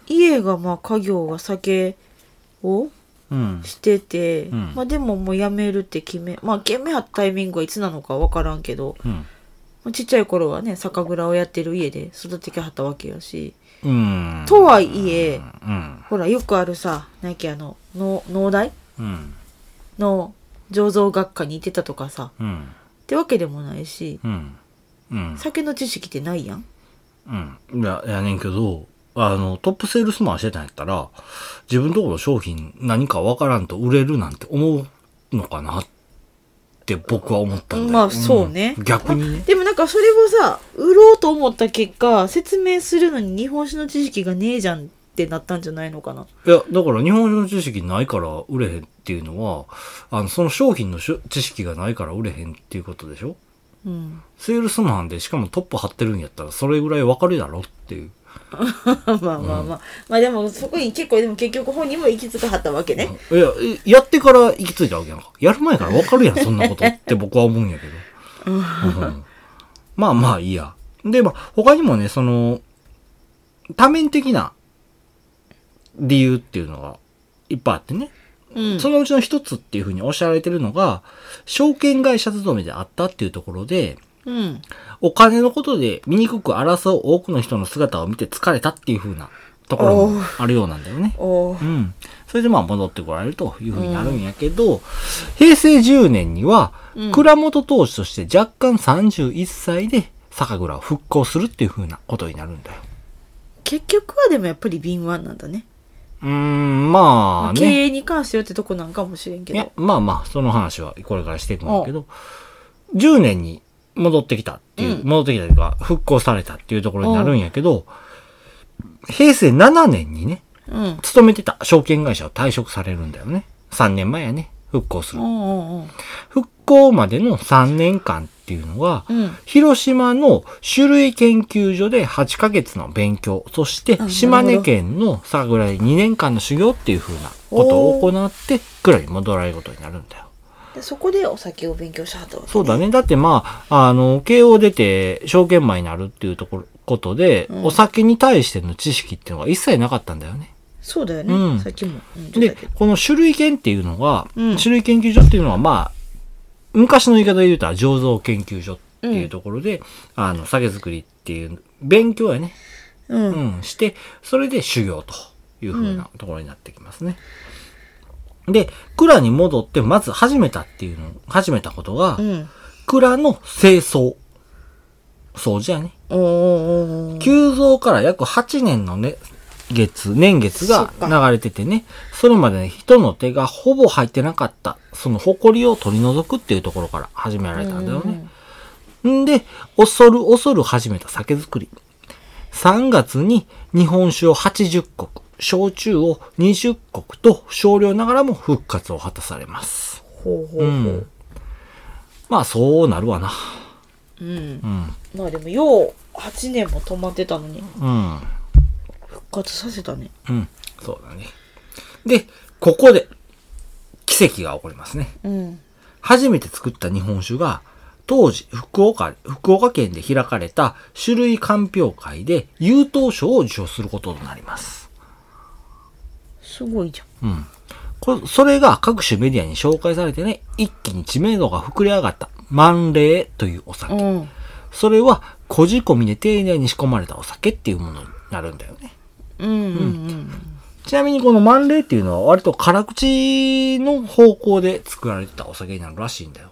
[SPEAKER 2] 家がまあ家業が酒を
[SPEAKER 1] うん。
[SPEAKER 2] してて、
[SPEAKER 1] うん
[SPEAKER 2] まあでももう辞めるって決めまあ決めはったタイミングはいつなのかわからんけど、
[SPEAKER 1] うん。
[SPEAKER 2] まあ、ちっちゃい頃はね酒蔵をやってる家で育てきはったわけやし
[SPEAKER 1] うん。
[SPEAKER 2] とはいえ
[SPEAKER 1] うん。
[SPEAKER 2] ほらよくあるさ何やっけあのの農大
[SPEAKER 1] うん。
[SPEAKER 2] の醸造学科に行ってたとかさ
[SPEAKER 1] うん。
[SPEAKER 2] ってわけでもないし
[SPEAKER 1] うん。うん。
[SPEAKER 2] 酒の知識ってないやん
[SPEAKER 1] うん。いや、やねんけど、あの、トップセールスマンしてたんやったら、自分とこの商品何かわからんと売れるなんて思うのかなって僕は思ったんだよ。
[SPEAKER 2] まあそうね
[SPEAKER 1] ん逆にね。
[SPEAKER 2] でもなんかそれをさ売ろうと思った結果説明するのに日本酒の知識がねえじゃんってなったんじゃないのかない
[SPEAKER 1] や、だから日本酒の知識ないから売れへんっていうのは、あの、その商品のしゅ知識がないから売れへんっていうことでしょ
[SPEAKER 2] うん、 <laughs>
[SPEAKER 1] セールスマンでしかもトップ張ってるんやったらそれぐらいわかるだろっていう。
[SPEAKER 2] まあまあまあ、まあでもそこに結構でも結局本人も行き着かはったわけね
[SPEAKER 1] いや、いやってから行き着いたわけやんか。やる前からわかる
[SPEAKER 2] <laughs>
[SPEAKER 1] やん、そんなことって僕は思うんやけど。うんまあまあいいや。で、まあ他にもね、その、多面的な理由っていうのがいっぱいあってね。
[SPEAKER 2] うん
[SPEAKER 1] そのうちの一つっていうふうにおっしゃられてるのが、証券会社勤めであったっていうところで、
[SPEAKER 2] うん
[SPEAKER 1] お金のことで醜く争う多くの人の姿を見て疲れたっていうふうなところもあるようなんだよね。
[SPEAKER 2] おー
[SPEAKER 1] うん。それでまあ戻ってこられるというふうになるんやけど、平成10年には、蔵元当主として若干31歳で酒蔵を復興するっていうふうなことになるんだよ。
[SPEAKER 2] 結局はでもやっぱり敏腕なんだね
[SPEAKER 1] うーん、まあ
[SPEAKER 2] 経
[SPEAKER 1] ね。
[SPEAKER 2] 営に関してはってとこなんかもしれんけ
[SPEAKER 1] いや
[SPEAKER 2] ど、
[SPEAKER 1] まあまあ、その話はこれからしていくんだけど、10年に戻ってきたっていう、
[SPEAKER 2] うん
[SPEAKER 1] 戻ってきたというか、復興されたっていうところになるんやけど、平成7年にね、
[SPEAKER 2] うんうん
[SPEAKER 1] 勤めてた証券会社を退職されるんだよね。3年前やね、復興する。
[SPEAKER 2] うんうん
[SPEAKER 1] 復興までの3年間っていうのは、
[SPEAKER 2] うん
[SPEAKER 1] 広島の種類研究所で8ヶ月の勉強、そして
[SPEAKER 2] あ
[SPEAKER 1] 島根県の桜で2年間の修行っていう風なことを行って、蔵に戻られることになるんだよ。
[SPEAKER 2] でそこでお酒を勉強したと
[SPEAKER 1] そうだね。だってまあ、あの、慶応出て証券マンになるっていうところ、ことで、
[SPEAKER 2] うん
[SPEAKER 1] お酒に対しての知識っていうのが一切なかったんだよね。
[SPEAKER 2] そうだよね、
[SPEAKER 1] うん
[SPEAKER 2] さっきも、うん
[SPEAKER 1] で、この種類研っていうのが、
[SPEAKER 2] うん
[SPEAKER 1] 種類研究所っていうのはまあ、昔の言い方で言うとは醸造研究所っていうところで、あの、酒造りっていう、勉強やね、
[SPEAKER 2] うん、う
[SPEAKER 1] うんん、して、それで修行というふうなところになってきますね。で、蔵に戻って、まず始めたっていうの、始めたことが、
[SPEAKER 2] うん
[SPEAKER 1] 蔵の清掃。掃除やね。
[SPEAKER 2] おーおーおー
[SPEAKER 1] 急増から約8年のね、月、年月が
[SPEAKER 2] そっか
[SPEAKER 1] 流れててね、それまでね、人の手がほぼ入ってなかった、その埃を取り除くっていうところから始められたんだよね。んで、恐る恐る始めた酒造り。3月に日本酒を80国、焼酎を20国と少量ながらも復活を果たされます。
[SPEAKER 2] ほうほうほう、
[SPEAKER 1] うん。まあ、そうなるわな。
[SPEAKER 2] うん
[SPEAKER 1] うん。
[SPEAKER 2] まあでもよう8年も止まってたのに
[SPEAKER 1] うん。
[SPEAKER 2] 復活させたね
[SPEAKER 1] うん。そうだね。で、ここで、奇跡が起こりますね。
[SPEAKER 2] うん
[SPEAKER 1] 初めて作った日本酒が、当時、福岡、福岡県で開かれた種類鑑評会で優等賞を受賞することとなります。
[SPEAKER 2] すごいじゃん
[SPEAKER 1] うん。これそれが各種メディアに紹介されてね、一気に知名度が膨れ上がった、万礼というお酒。
[SPEAKER 2] うん
[SPEAKER 1] それは、小仕込みで丁寧に仕込まれたお酒っていうものになるんだよね。
[SPEAKER 2] うんうん
[SPEAKER 1] ちなみにこの万礼っていうのは割と辛口の方向で作られてたお酒になるらしいんだよ。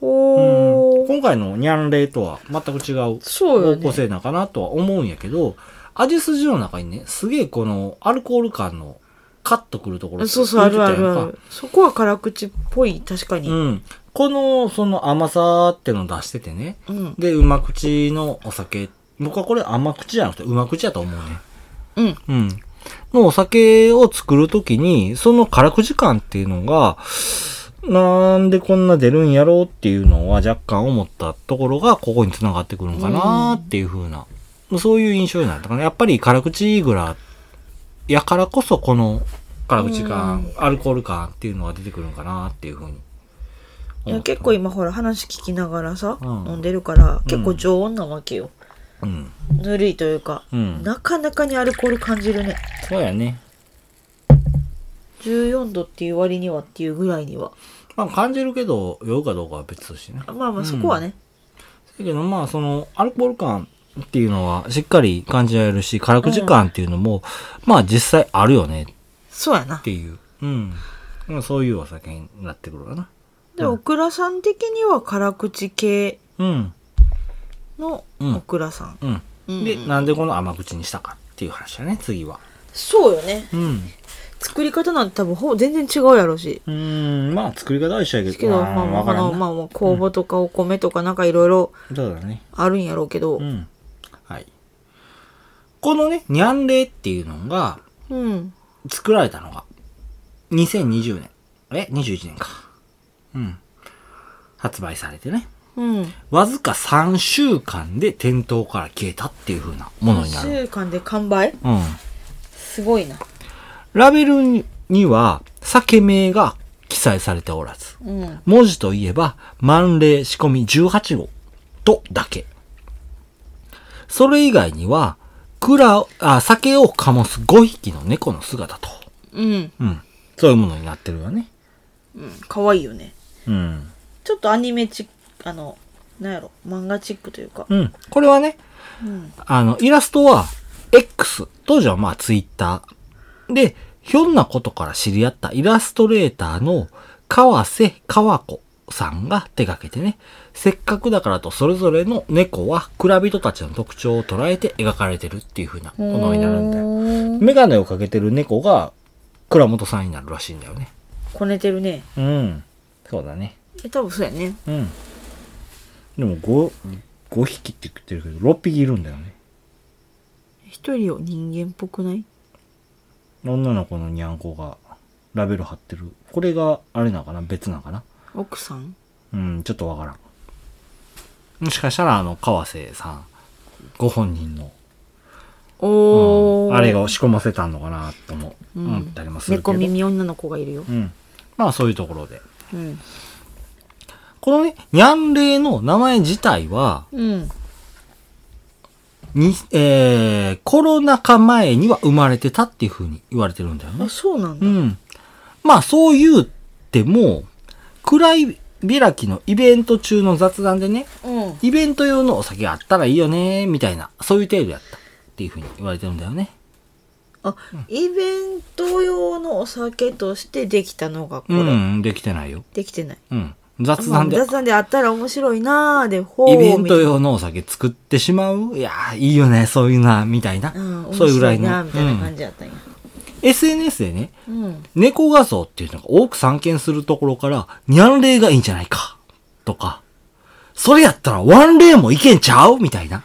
[SPEAKER 2] ほー
[SPEAKER 1] 今回のニャンレイとは全く違う
[SPEAKER 2] そうよ
[SPEAKER 1] 方
[SPEAKER 2] ね
[SPEAKER 1] 向性なのかなとは思うんやけど、味筋の中にね、すげえこのアルコール感のカッとくるところ
[SPEAKER 2] そうそうあるあ
[SPEAKER 1] 入れ
[SPEAKER 2] る
[SPEAKER 1] てたや
[SPEAKER 2] あ
[SPEAKER 1] んか
[SPEAKER 2] るそこは辛口っぽい確かに
[SPEAKER 1] うん。この、その甘さってのを出しててね。
[SPEAKER 2] うん
[SPEAKER 1] で、うま口のお酒。僕はこれ甘口じゃなくてうま口やと思うね。
[SPEAKER 2] うん
[SPEAKER 1] うん。のお酒を作るときに、その辛口感っていうのが、なんでこんな出るんやろうっていうのは若干思ったところが、ここに繋がってくるのかなっていう風な、そういう印象になったかな。やっぱり辛口ぐらいやからこそ、この辛口感、アルコール感っていうのが出てくるのかなっていう風に。
[SPEAKER 2] いや結構今ほら話聞きながらさ、
[SPEAKER 1] うん
[SPEAKER 2] 飲んでるから結構常温なわけよ、
[SPEAKER 1] うん。
[SPEAKER 2] ぬるいというか、
[SPEAKER 1] うん。
[SPEAKER 2] なかなかにアルコール感じるね
[SPEAKER 1] そうやね。
[SPEAKER 2] 14度っていう割にはっていうぐらいには
[SPEAKER 1] まあ感じるけど、酔うかどうかは別としてね。
[SPEAKER 2] まあまあそこはね、
[SPEAKER 1] だけどまあそのアルコール感っていうのはしっかり感じられるし辛口感っていうのも、まあ実際あるよねっ
[SPEAKER 2] そうやな
[SPEAKER 1] ていう、うん、まあそういうお酒になってくるかな
[SPEAKER 2] でオクラさん的には辛口系
[SPEAKER 1] うん
[SPEAKER 2] の
[SPEAKER 1] うん
[SPEAKER 2] オクラさん、
[SPEAKER 1] うん、
[SPEAKER 2] うん
[SPEAKER 1] でなんでこの甘口にしたかっていう話だね次は
[SPEAKER 2] そうよね
[SPEAKER 1] うん
[SPEAKER 2] 作り方なんて多分ほぼ全然違うやろうし
[SPEAKER 1] うんまあ作り方は一緒やけ
[SPEAKER 2] です
[SPEAKER 1] ど
[SPEAKER 2] けど
[SPEAKER 1] まあ
[SPEAKER 2] まあまあ
[SPEAKER 1] わからん
[SPEAKER 2] まあ
[SPEAKER 1] な
[SPEAKER 2] まあまあ酵母とかお米とかなんかいろいろ
[SPEAKER 1] そうだね
[SPEAKER 2] あるんやろうけど
[SPEAKER 1] うんはいこのねニャンレイっていうのが
[SPEAKER 2] うん
[SPEAKER 1] 作られたのが、2020年。え ?21 年か。うん。発売されてね。
[SPEAKER 2] うん
[SPEAKER 1] わずか3週間で店頭から消えたっていう風なものになる。
[SPEAKER 2] 週間で完売
[SPEAKER 1] うん。
[SPEAKER 2] すごいな
[SPEAKER 1] ラベルには酒名が記載されておらず、
[SPEAKER 2] うん
[SPEAKER 1] 文字といえば、万礼仕込み18号とだけ。それ以外には、蔵を、あ、酒を醸す5匹の猫の姿と。
[SPEAKER 2] うん
[SPEAKER 1] うん。そういうものになってるわね。
[SPEAKER 2] うん、可愛いよね。
[SPEAKER 1] うん。
[SPEAKER 2] ちょっとアニメチック、あの、なんやろ、漫画チックというか。
[SPEAKER 1] うん。これはね、
[SPEAKER 2] うん。
[SPEAKER 1] あの、イラストは、X、当時はまあツイッター。で、ひょんなことから知り合ったイラストレーターの川瀬川子さんが手掛けてね、せっかくだからとそれぞれの猫は蔵人たちの特徴を捉えて描かれてるっていう風なものになるんだよ。
[SPEAKER 2] よ。
[SPEAKER 1] メガネをかけてる猫が倉本さんになるらしいんだよね。
[SPEAKER 2] こねてるね。
[SPEAKER 1] うん。そうだね。
[SPEAKER 2] え、多分そうやね。
[SPEAKER 1] うん。でも5、5匹って言ってるけど、6匹いるんだよね。
[SPEAKER 2] 一人を人間っぽくない
[SPEAKER 1] 女の子のにゃんこがラベル貼ってる。これがあれなのかな別なのかな
[SPEAKER 2] 奥さん
[SPEAKER 1] うん、ちょっとわからん。もしかしたら、あの、川瀬さん、ご本人の、
[SPEAKER 2] お
[SPEAKER 1] う
[SPEAKER 2] ー。
[SPEAKER 1] んあれが押し込ませたのかなとも
[SPEAKER 2] うん
[SPEAKER 1] 思ったりもするけど。
[SPEAKER 2] 猫耳女の子がいるよ
[SPEAKER 1] う。ん。まあ、そういうところで。
[SPEAKER 2] うん。
[SPEAKER 1] このね、にゃんれいの名前自体は、
[SPEAKER 2] うん。
[SPEAKER 1] に、えー、コロナ禍前には生まれてたっていうふうに言われてるんだよね
[SPEAKER 2] あ、。そうなん
[SPEAKER 1] う
[SPEAKER 2] だ。
[SPEAKER 1] ん。まあそう言うても、暗い開きのイベント中の雑談でね、
[SPEAKER 2] うん。
[SPEAKER 1] イベント用のお酒があったらいいよね、みたいな、そういう程度やったっていうふうに言われてるんだよね。
[SPEAKER 2] あ、イベント用のお酒としてできたのがこ
[SPEAKER 1] う
[SPEAKER 2] れ。
[SPEAKER 1] ん、できてないよ。
[SPEAKER 2] できてない。
[SPEAKER 1] うん。雑談で
[SPEAKER 2] まあ、雑談であったら面白いなーで、ほー
[SPEAKER 1] イベント
[SPEAKER 2] み
[SPEAKER 1] 用のお酒作ってしまういやー、いいよね、そういうな、みたいな。
[SPEAKER 2] たいなうん、
[SPEAKER 1] そういうぐらい
[SPEAKER 2] 面白
[SPEAKER 1] の。
[SPEAKER 2] なーみたいな感
[SPEAKER 1] うん
[SPEAKER 2] じだったんや。
[SPEAKER 1] SNS でね、
[SPEAKER 2] うん。
[SPEAKER 1] 猫画像っていうのが多く散見するところから、ニャンレイがいいんじゃないか、とか、それやったらワンレイもいけんちゃうみたいな。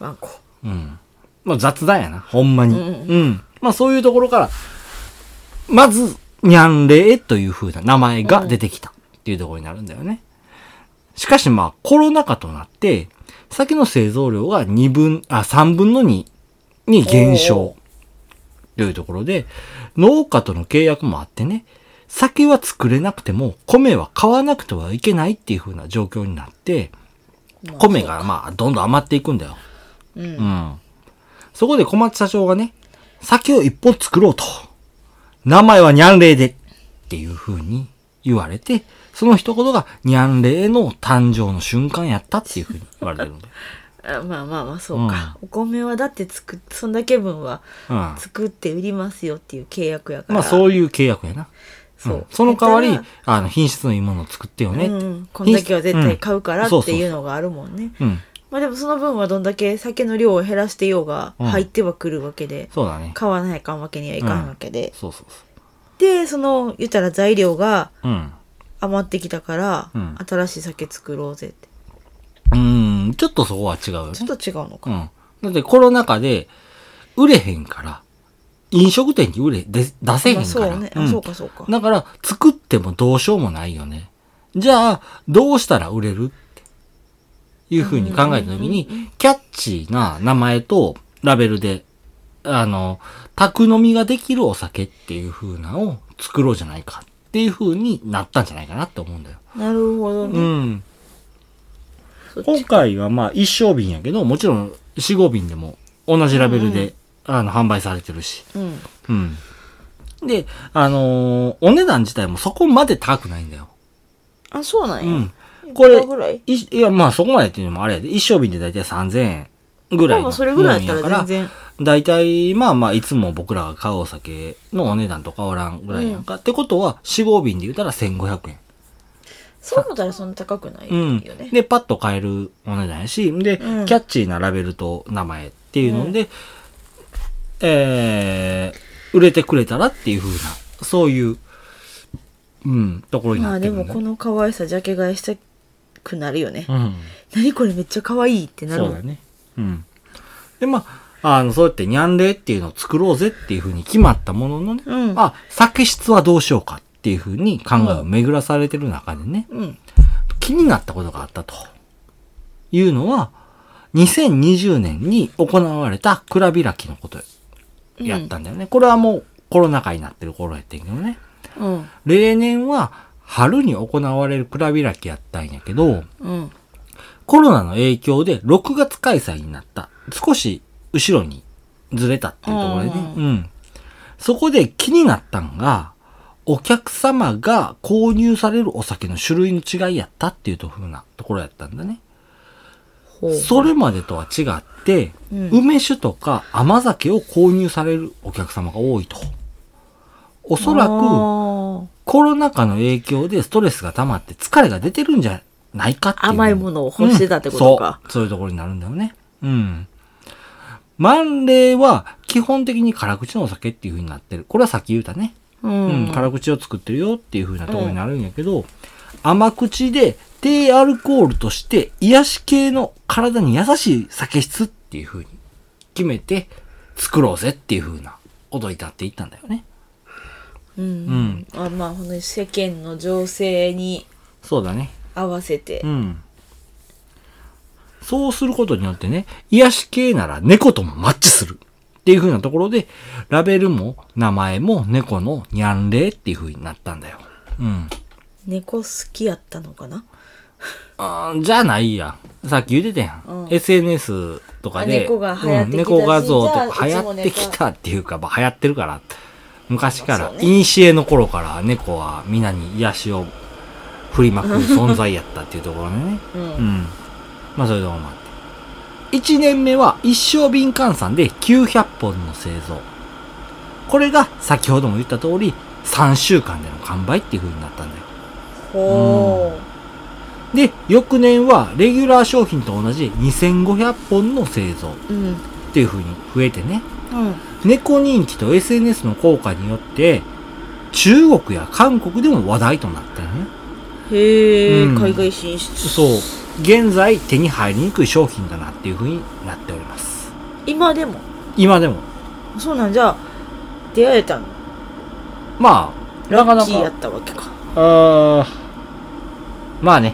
[SPEAKER 2] ワンコ。
[SPEAKER 1] うん。まあ雑談やな、ほんまに。
[SPEAKER 2] う
[SPEAKER 1] うんん、まあそういうところから、まず、ニャンレイという風な名前が出てきたっていうところになるんだよね。しかしまあコロナ禍となって、酒の製造量が2分、あ、3分の2に減
[SPEAKER 2] お
[SPEAKER 1] 少。というところで、農家との契約もあってね、酒は作れなくても、米は買わなくてはいけないっていう風な状況になって、
[SPEAKER 2] まあ
[SPEAKER 1] 米。がまあどんどん余っていくんだよ。
[SPEAKER 2] そうう。
[SPEAKER 1] うんん。そこで小松社長がね、酒を一本作ろうと。名前はニャンレイで。っていう風に言われて、その一言がニャンレイの誕生の瞬間やったっていう風に言われてるん
[SPEAKER 2] <laughs>
[SPEAKER 1] だよ。
[SPEAKER 2] あまあまあまあ、そうか。お米はだって作っ、そんだけ分は
[SPEAKER 1] うん。
[SPEAKER 2] 作って売りますよっていう契約やから。。
[SPEAKER 1] まあそうういう契約やな。
[SPEAKER 2] そ
[SPEAKER 1] うん
[SPEAKER 2] う。
[SPEAKER 1] その代わり
[SPEAKER 2] だか、
[SPEAKER 1] あの、品質のいいものを作ってよ
[SPEAKER 2] ら
[SPEAKER 1] ね。う
[SPEAKER 2] う
[SPEAKER 1] ん。
[SPEAKER 2] うんん。こんだけは絶対買うからっていうのがあるもんね。まあでもその分はどんだけ酒の量を減らしてようが
[SPEAKER 1] うん
[SPEAKER 2] 入ってはくるわけで、
[SPEAKER 1] そうだね。
[SPEAKER 2] 買わないかんわけにはいかんわけで、
[SPEAKER 1] そうそうそ
[SPEAKER 2] でその言ったら材料が
[SPEAKER 1] う。うん。
[SPEAKER 2] 余ってきたから、
[SPEAKER 1] うん
[SPEAKER 2] 新しい酒作ろうぜって
[SPEAKER 1] うん、ちょっとそこは違うよね。
[SPEAKER 2] ちょっと違うのか、
[SPEAKER 1] うん。だってコロナ禍で売れへんから、飲食店に売れ、で出せへん
[SPEAKER 2] ま
[SPEAKER 1] か
[SPEAKER 2] あ
[SPEAKER 1] ら。
[SPEAKER 2] そうね、あ
[SPEAKER 1] うん
[SPEAKER 2] そうかそうか
[SPEAKER 1] だから、作ってもどうしようもないよね。じゃあ、どうしたら売れるっていうふうに考えたときに、キャッチーな名前とラベルで、あの、宅飲みができるお酒っていうふうなのを作ろうじゃないかっていうふうになったんじゃないかなって思うんだよ。
[SPEAKER 2] なるほど
[SPEAKER 1] う
[SPEAKER 2] ね、
[SPEAKER 1] ん。
[SPEAKER 2] そっち
[SPEAKER 1] 今回はまあ一升瓶やけど、もちろん四五瓶でも同じラベルで、あの、販売されてるし。
[SPEAKER 2] うん
[SPEAKER 1] うん。で、あのーお値段自体もそこまで高くないんだよ。
[SPEAKER 2] あそうなん
[SPEAKER 1] う
[SPEAKER 2] や、
[SPEAKER 1] ん。これ
[SPEAKER 2] いくらぐらい
[SPEAKER 1] いいや、まあそこまでっていうのもあれやで、一升瓶でだいたい3000円ぐ
[SPEAKER 2] ま
[SPEAKER 1] ら
[SPEAKER 2] あ
[SPEAKER 1] いの
[SPEAKER 2] まあそれぐらいだったら全
[SPEAKER 1] 然。
[SPEAKER 2] 然
[SPEAKER 1] だいたい、まあまあ、いつも僕らが買うお酒のお値段と変わらんぐらいやんか。ってことは、四合瓶で言うたら1500円。
[SPEAKER 2] そう思ったらそんな高くないよ
[SPEAKER 1] うん
[SPEAKER 2] ね、。
[SPEAKER 1] で、パッと買えるお値段やし、で、
[SPEAKER 2] うん
[SPEAKER 1] キャッチーなラベルと名前っていうので、えー、売れてくれたらっていう風な、そういう、うん、ところに
[SPEAKER 2] ま
[SPEAKER 1] な
[SPEAKER 2] あ
[SPEAKER 1] って
[SPEAKER 2] で
[SPEAKER 1] るんだ
[SPEAKER 2] もこの可愛さジャケ買いしたくなるよね、
[SPEAKER 1] うん。
[SPEAKER 2] 何これめっちゃ可愛いってなる
[SPEAKER 1] そ
[SPEAKER 2] も
[SPEAKER 1] うんだね。うん。で、まあ、あの、そうやってニャンレイっていうのを作ろうぜっていう風に決まったもののね、
[SPEAKER 2] うん
[SPEAKER 1] まあ、作質はどうしようかっていう風に考えを巡らされてる中でね、
[SPEAKER 2] うん
[SPEAKER 1] 気になったことがあったというのは、2020年に行われた蔵開きのことやったんだよね。これはもうコロナ禍になってる頃やってんけどね。
[SPEAKER 2] うん
[SPEAKER 1] 例年は春に行われる蔵開きやったんやけど、
[SPEAKER 2] うん
[SPEAKER 1] コロナの影響で6月開催になった。少し後ろにずれたっていうところでね。
[SPEAKER 2] う
[SPEAKER 1] うん。そこで気になったんが、お客様が購入されるお酒の種類の違いやったっていうと風なところやったんだね。
[SPEAKER 2] ほう
[SPEAKER 1] それまでとは違って、
[SPEAKER 2] うん
[SPEAKER 1] 梅酒とか甘酒を購入されるお客様が多いと。おそら
[SPEAKER 2] あ
[SPEAKER 1] く
[SPEAKER 2] ー
[SPEAKER 1] コロナ禍の影響でストレスが溜まって疲れが出てるんじゃないかっていう。
[SPEAKER 2] 甘いものを欲してたってことか
[SPEAKER 1] うんそう。そういうところになるんだよね。うん。万礼は基本的に辛口のお酒っていう風になってる。これはさっき言うたね。
[SPEAKER 2] う
[SPEAKER 1] うん
[SPEAKER 2] ん、
[SPEAKER 1] 辛口を作ってるよっていう風なところになるんやけど、甘口で低アルコールとして癒し系の体に優しい酒質っていう風に決めて作ろうぜっていう風なことに至っていったんだよね。
[SPEAKER 2] うんあまあ本当に世間の情勢に
[SPEAKER 1] そうだね。
[SPEAKER 2] 合わせて、
[SPEAKER 1] うん。そうすることによってね、癒し系なら猫ともマッチする。っていう風なところで、ラベルも名前も猫のニャンレイっていう風になったんだよ。うん。
[SPEAKER 2] 猫好きやったのかな
[SPEAKER 1] あーじゃないや。さっき言うてたやん。
[SPEAKER 2] うん
[SPEAKER 1] SNS とかで。
[SPEAKER 2] あ猫が流行ってきたし
[SPEAKER 1] うん猫画像と
[SPEAKER 2] じゃ
[SPEAKER 1] か
[SPEAKER 2] あ
[SPEAKER 1] 流
[SPEAKER 2] うちも
[SPEAKER 1] 行ってきたっていうか、まあ、流行ってるから。昔か
[SPEAKER 2] まあ
[SPEAKER 1] ら、
[SPEAKER 2] そうね
[SPEAKER 1] いにしえの頃から猫は皆に癒しを振りまく存在やったっていうところね。
[SPEAKER 2] うん
[SPEAKER 1] うん。まあ、それでも待って。1年目は一生瓶換算で900本の製造。これが先ほども言った通り、3週間での完売っていう風になったんだよ。
[SPEAKER 2] ほ
[SPEAKER 1] で、翌年はレギュラー商品と同じ2500本の製造
[SPEAKER 2] ううん
[SPEAKER 1] っていう風に増えてね。
[SPEAKER 2] うん
[SPEAKER 1] 猫人気と SNS の効果によって、中国や韓国でも話題となったよね。
[SPEAKER 2] へえ、
[SPEAKER 1] うん
[SPEAKER 2] 海外進出
[SPEAKER 1] そう。現在手に入りにくい商品だなっていう風になっております。
[SPEAKER 2] 今でも
[SPEAKER 1] 今でも。
[SPEAKER 2] そうなんじゃあ出会えたの
[SPEAKER 1] まあ、なか
[SPEAKER 2] ラ
[SPEAKER 1] な
[SPEAKER 2] ッキーや
[SPEAKER 1] か
[SPEAKER 2] っ。たわけか
[SPEAKER 1] あーまあね。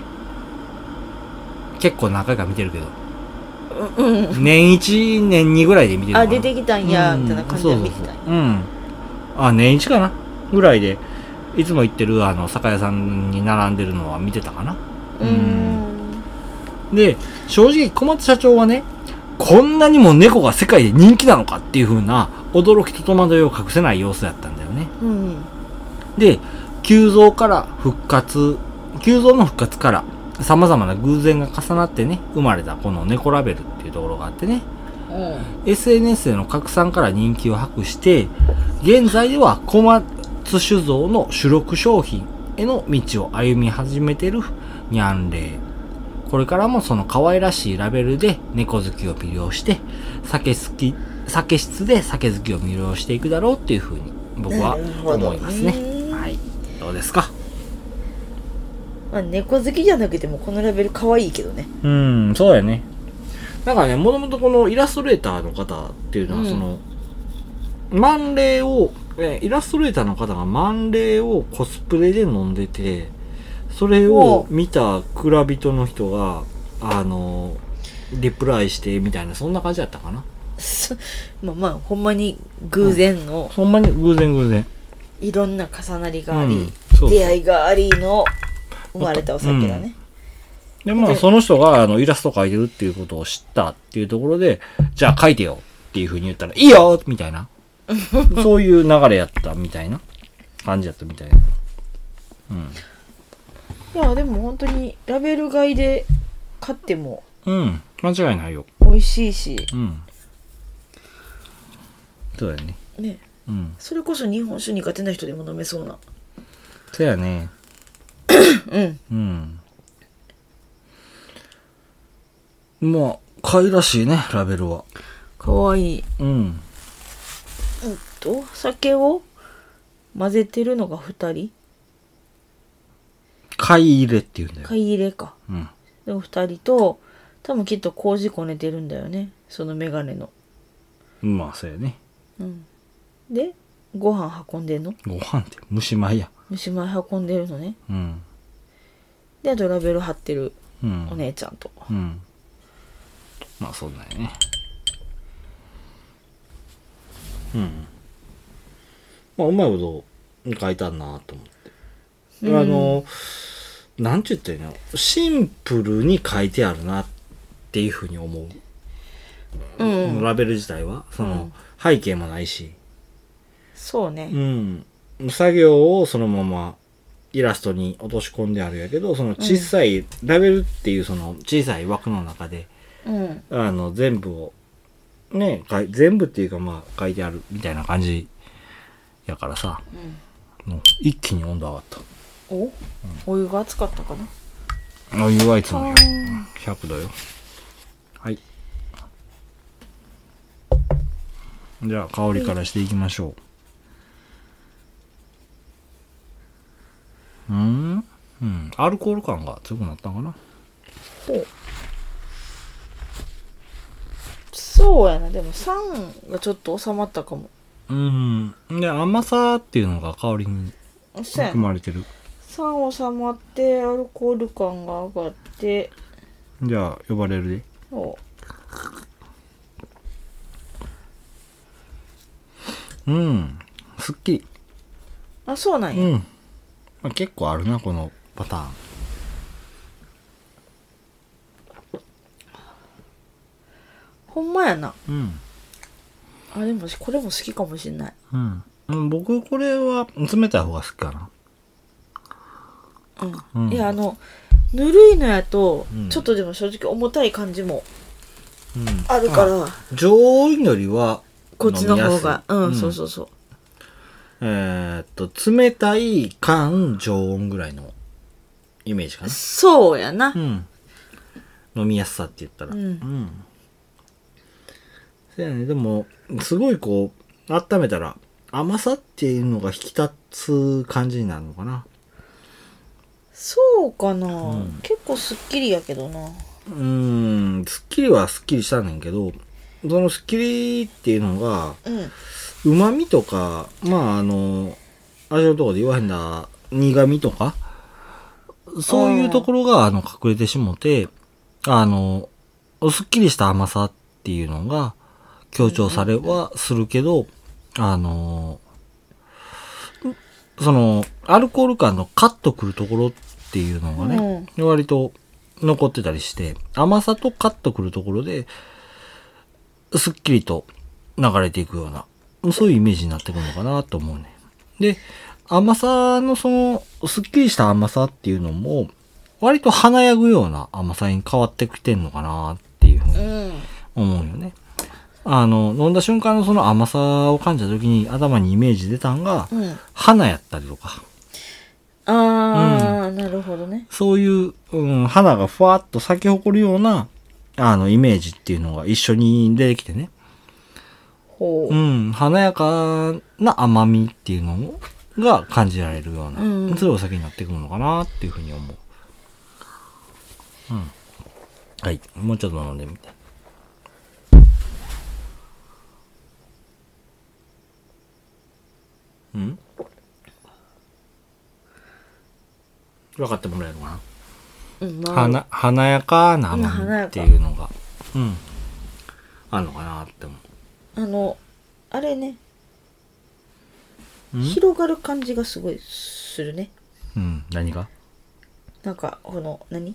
[SPEAKER 1] 結構何回か見てるけ
[SPEAKER 2] <laughs>
[SPEAKER 1] ど。
[SPEAKER 2] うんうん
[SPEAKER 1] 年1、年2ぐらいで見てるの
[SPEAKER 2] あ
[SPEAKER 1] かな
[SPEAKER 2] 出てきたんやみたいな感じで見てたんや
[SPEAKER 1] うんそうそうそううんあ年一かなぐらいでいつも行ってるあの酒屋さんに並んでるのは見てたかなう
[SPEAKER 2] う
[SPEAKER 1] ん
[SPEAKER 2] ん
[SPEAKER 1] で正直小松社長はねこんなにも猫が世界で人気なのかっていう風な驚きと戸惑いを隠せない様子だったんだよね
[SPEAKER 2] うん
[SPEAKER 1] で急増から復活急増の復活から様々な偶然が重なってね生まれたこの猫ラベルっていうところがあってね
[SPEAKER 2] うん
[SPEAKER 1] SNS での拡散から人気を博して、現在では小松酒造の主力商品への道を歩み始めてるニャンレイ。これからもその可愛らしいラベルで猫好きを魅了して、酒好き、酒質で酒好きを魅了していくだろうっていうふうに僕は思いますね
[SPEAKER 2] なるほど。ね
[SPEAKER 1] はい。どうですか
[SPEAKER 2] まあ猫好きじゃなくてもこのラベル可愛いけどね
[SPEAKER 1] うん、そうやね。だからね、もともとこのイラストレーターの方っていうの
[SPEAKER 2] う
[SPEAKER 1] は、
[SPEAKER 2] ん
[SPEAKER 1] その、万礼を、えーイラストレーターの方が万礼をコスプレで飲んでて、それを見た蔵人の人が、あの、リプライしてみたいな、そんな感じだったかな。
[SPEAKER 2] そまあまあほんまに偶然の
[SPEAKER 1] ほんまに偶然偶然。
[SPEAKER 2] いろんな重なりがあり、
[SPEAKER 1] うんそう
[SPEAKER 2] 出会いがありの生まれたお酒だね、
[SPEAKER 1] で、まあ、
[SPEAKER 2] で
[SPEAKER 1] その人が、あの、イラスト描いてるっていうことを知ったっていうところで、じゃあ描いてよっていうふうに言ったら、いいよみた <laughs> いな。そういう流れやったみたいな感じやったみたいな。
[SPEAKER 2] いやでも本当にラベル買いで買っても
[SPEAKER 1] うん。間違いないよ。
[SPEAKER 2] 美味しいし
[SPEAKER 1] うん。そうだね。
[SPEAKER 2] ね
[SPEAKER 1] うん。
[SPEAKER 2] それこそ日本酒苦手な人でも飲めそうな
[SPEAKER 1] そうやね。
[SPEAKER 2] うん
[SPEAKER 1] うん。まあ、可愛らしいね、ラベルは。
[SPEAKER 2] かわいい
[SPEAKER 1] うん。
[SPEAKER 2] うんと酒を混ぜてるのが2人
[SPEAKER 1] 買い入れっていうんだよ。
[SPEAKER 2] 買い入れか
[SPEAKER 1] うん。
[SPEAKER 2] でも2人と多分きっと工事こねてるんだよねそのメガネの
[SPEAKER 1] まあ、そうやね。
[SPEAKER 2] うんでご飯運んでんの
[SPEAKER 1] ご飯って蒸し米や。
[SPEAKER 2] 虫米運んでるのね
[SPEAKER 1] うん。
[SPEAKER 2] であとラベル貼ってる
[SPEAKER 1] うん。
[SPEAKER 2] お姉ちゃんと、
[SPEAKER 1] うん。まあ、そうだよね。うん。まあ、うまいこと書いたんなと思って。あの、なんて言ったらいいのシンプルに書いてあるなっていうふうに思う。
[SPEAKER 2] うん
[SPEAKER 1] このラベル自体は。その、背景もないし。
[SPEAKER 2] そうね、
[SPEAKER 1] うん。作業をそのままイラストに落とし込んであるやけど、その小さい、ラベルっていうその小さい枠の中で、
[SPEAKER 2] うん。
[SPEAKER 1] あの、全部を、ね、かい全部っていうかまあ書いてあるみたいな感じやからさ、もう一気に温度上がっ
[SPEAKER 2] おお湯が熱かったかな
[SPEAKER 1] た。あ、湯はいつもよ
[SPEAKER 2] あー
[SPEAKER 1] 100度よ。はい。じゃあ香りからしていきましょう。うーんうん。アルコール感が強くなったんかな
[SPEAKER 2] そうそうやなでも酸がちょっと収まったかも
[SPEAKER 1] うん。で、甘さっていうのが香りに
[SPEAKER 2] そうや
[SPEAKER 1] 含
[SPEAKER 2] な
[SPEAKER 1] まれてる。
[SPEAKER 2] 酸収まってアルコール感が上がって
[SPEAKER 1] じゃあ、呼ばれるで。
[SPEAKER 2] お
[SPEAKER 1] うん。すっきり。
[SPEAKER 2] あそうなんや、
[SPEAKER 4] うん。まあ、結構あるな、このパターン。
[SPEAKER 2] ほんまやな
[SPEAKER 1] うん。
[SPEAKER 2] あでもこれも好きかもしんない
[SPEAKER 1] うん。うん、僕、これは、冷たい方が好きかな。
[SPEAKER 2] うん、
[SPEAKER 1] うん
[SPEAKER 2] いやあのぬるいのやと、
[SPEAKER 1] うん
[SPEAKER 2] ちょっとでも正直重たい感じも
[SPEAKER 1] うん。
[SPEAKER 2] あるから、
[SPEAKER 1] 上位よりは、
[SPEAKER 2] こっちの方が
[SPEAKER 1] 飲
[SPEAKER 2] うん、
[SPEAKER 1] みやすい
[SPEAKER 2] そうそうそう
[SPEAKER 1] えーっと、冷たい缶常温ぐらいのイメージかな。
[SPEAKER 2] そうやな、
[SPEAKER 1] うん。飲みやすさって言ったら。
[SPEAKER 2] うん
[SPEAKER 1] そうやね。でも、すごいこう、温めたら、甘さっていうのが引き立つ感じになるのかな。
[SPEAKER 2] そうかな、
[SPEAKER 1] うん
[SPEAKER 2] 結構すっきりやけどな
[SPEAKER 1] うーん、すっきりはすっきりしたねんけど、そのすっきりっていうのが、
[SPEAKER 2] うん
[SPEAKER 1] 旨味とか、まああの、味のところで言わへんだ、苦味とか、そういうところが、あの、隠れてしもて、あの、すっきりした甘さっていうのが、強調されはするけど、あの、その、アルコール感のカッとくるところっていうのがね、割と残ってたりして、甘さとカッとくるところで、すっきりと流れていくような、そういうイメージになってくるのかなと思うね。で、甘さのその、すっきりした甘さっていうのも、割と華やぐような甘さに変わってきてんのかなっていうふうに
[SPEAKER 2] うん
[SPEAKER 1] 思うよね。あの、飲んだ瞬間のその甘さを感じた時に頭にイメージ出たんが、
[SPEAKER 2] うん
[SPEAKER 1] 花やったりとか、
[SPEAKER 2] ああ、なるほどね
[SPEAKER 1] そういう、うん、花がふわっと咲き誇るような、あの、イメージっていうのが一緒に出てきてね。
[SPEAKER 2] ほう、
[SPEAKER 1] うん、華やかな甘みっていうのが感じられるような、
[SPEAKER 2] うん
[SPEAKER 1] そういうお酒になってくるのかなっていうふうに思う。うん。はい。もうちょっと飲んでみて。うん分かってもらえるかな
[SPEAKER 2] うんまあ、
[SPEAKER 1] 華華やかな甘みっていうのが、うん。あるのかなって思う。
[SPEAKER 2] あのあれね
[SPEAKER 1] うん
[SPEAKER 2] 広がる感じがすごいするね
[SPEAKER 1] うん。何が
[SPEAKER 2] なんかこの何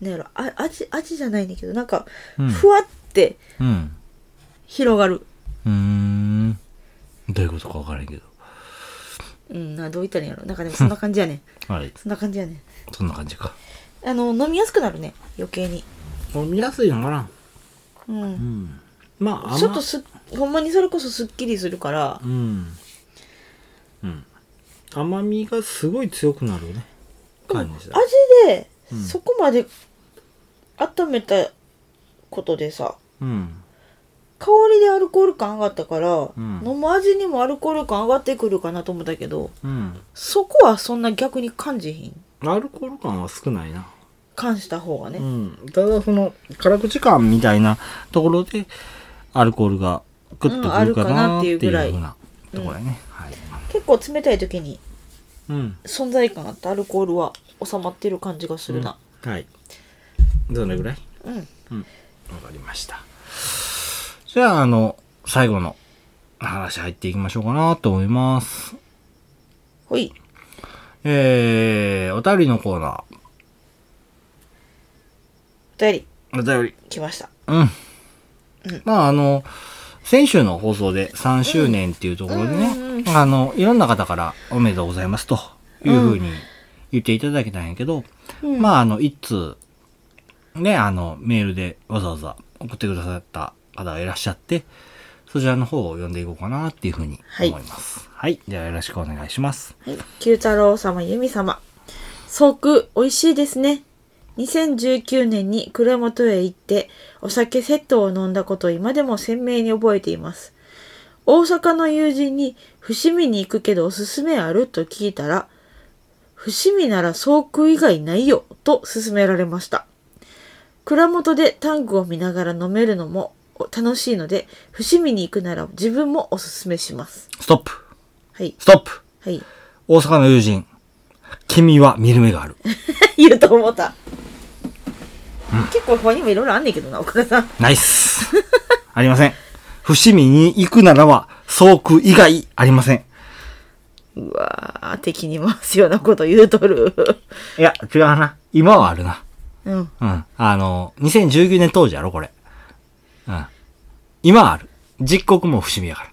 [SPEAKER 2] なんやろあ味味じゃないねんだけどなんか、
[SPEAKER 1] うん
[SPEAKER 2] ふわって
[SPEAKER 1] うん。
[SPEAKER 2] 広がる
[SPEAKER 1] うーん。どういうことかわからんけど。
[SPEAKER 2] うんなどう言ったらいいんやろなんかでもそんな感じやねん
[SPEAKER 1] はい。
[SPEAKER 2] そんな感じやね
[SPEAKER 1] そんな感じか。
[SPEAKER 2] んあの飲みやすくなるね余計に
[SPEAKER 1] 飲みやすいのかな
[SPEAKER 2] うん、
[SPEAKER 1] うん。まあ、甘
[SPEAKER 2] ちょっとすほんまにそれこそすっきりするから
[SPEAKER 1] うん。うん。甘みがすごい強くなるね。感じだ。
[SPEAKER 2] 味で、そこまで温めたことでさ
[SPEAKER 1] うん。
[SPEAKER 2] 香りでアルコール感上がったから、
[SPEAKER 1] ん
[SPEAKER 2] 飲む味にもアルコール感上がってくるかなと思ったけど
[SPEAKER 1] うん。
[SPEAKER 2] そこはそんな逆に感じひん
[SPEAKER 1] アルコール感は少ないな。
[SPEAKER 2] 感した方がね、
[SPEAKER 1] うん。ただ、その、辛口感みたいなところで、アルコールがグッとくるかなっていうふう
[SPEAKER 2] うんあるかな
[SPEAKER 1] なところやね。はい。
[SPEAKER 2] 結構冷たい時に
[SPEAKER 1] うん。
[SPEAKER 2] 存在感あってアルコールは収まってる感じがするな
[SPEAKER 1] はい。どれぐらい
[SPEAKER 2] うん、
[SPEAKER 1] わかりました。じゃあ、あの、最後の話入っていきましょうかなと思います。
[SPEAKER 2] ほい
[SPEAKER 1] えー、お便りのコーナ
[SPEAKER 2] お便り
[SPEAKER 1] ー。お便り。
[SPEAKER 2] 来ました
[SPEAKER 1] うん。まあ、あの、先週の放送で3周年っていうところでね、あの、いろんな方からおめでとうございますというふうに言っていただけたんやけど、まあ、あの、一通、ね、あの、メールでわざわざ送ってくださった方がいらっしゃって、そちらの方を読んでいこうかなっていうふうに
[SPEAKER 2] はい
[SPEAKER 1] 思います。はい。ではよろしくお願いします。
[SPEAKER 2] はい。九太郎様、由美様。総句、美味しいですね。2019年に蔵元へ行って、お酒セットを飲んだことを今でも鮮明に覚えています。大阪の友人に、伏見に行くけどおすすめあると聞いたら、伏見なら総句以外ないよ、と勧められました。蔵元でタンクを見ながら飲めるのも楽しいので、伏見に行くなら自分もおすすめします。
[SPEAKER 1] ストップ
[SPEAKER 2] はい。
[SPEAKER 1] ストップ
[SPEAKER 2] はい。
[SPEAKER 1] 大阪の友人、君は見る目がある。
[SPEAKER 2] <laughs> 言うと思った、結構他にもいろいろあんねんけどな岡田さん
[SPEAKER 1] ナイスありません。伏見に行くならは、総区以外ありません。
[SPEAKER 2] うわー敵に回すようなこと言うとる
[SPEAKER 1] いや、違うな。今はあるな。
[SPEAKER 2] うん
[SPEAKER 1] うん。あの、2019年当時やろ、これ。うん。今はある。実国も伏見やから。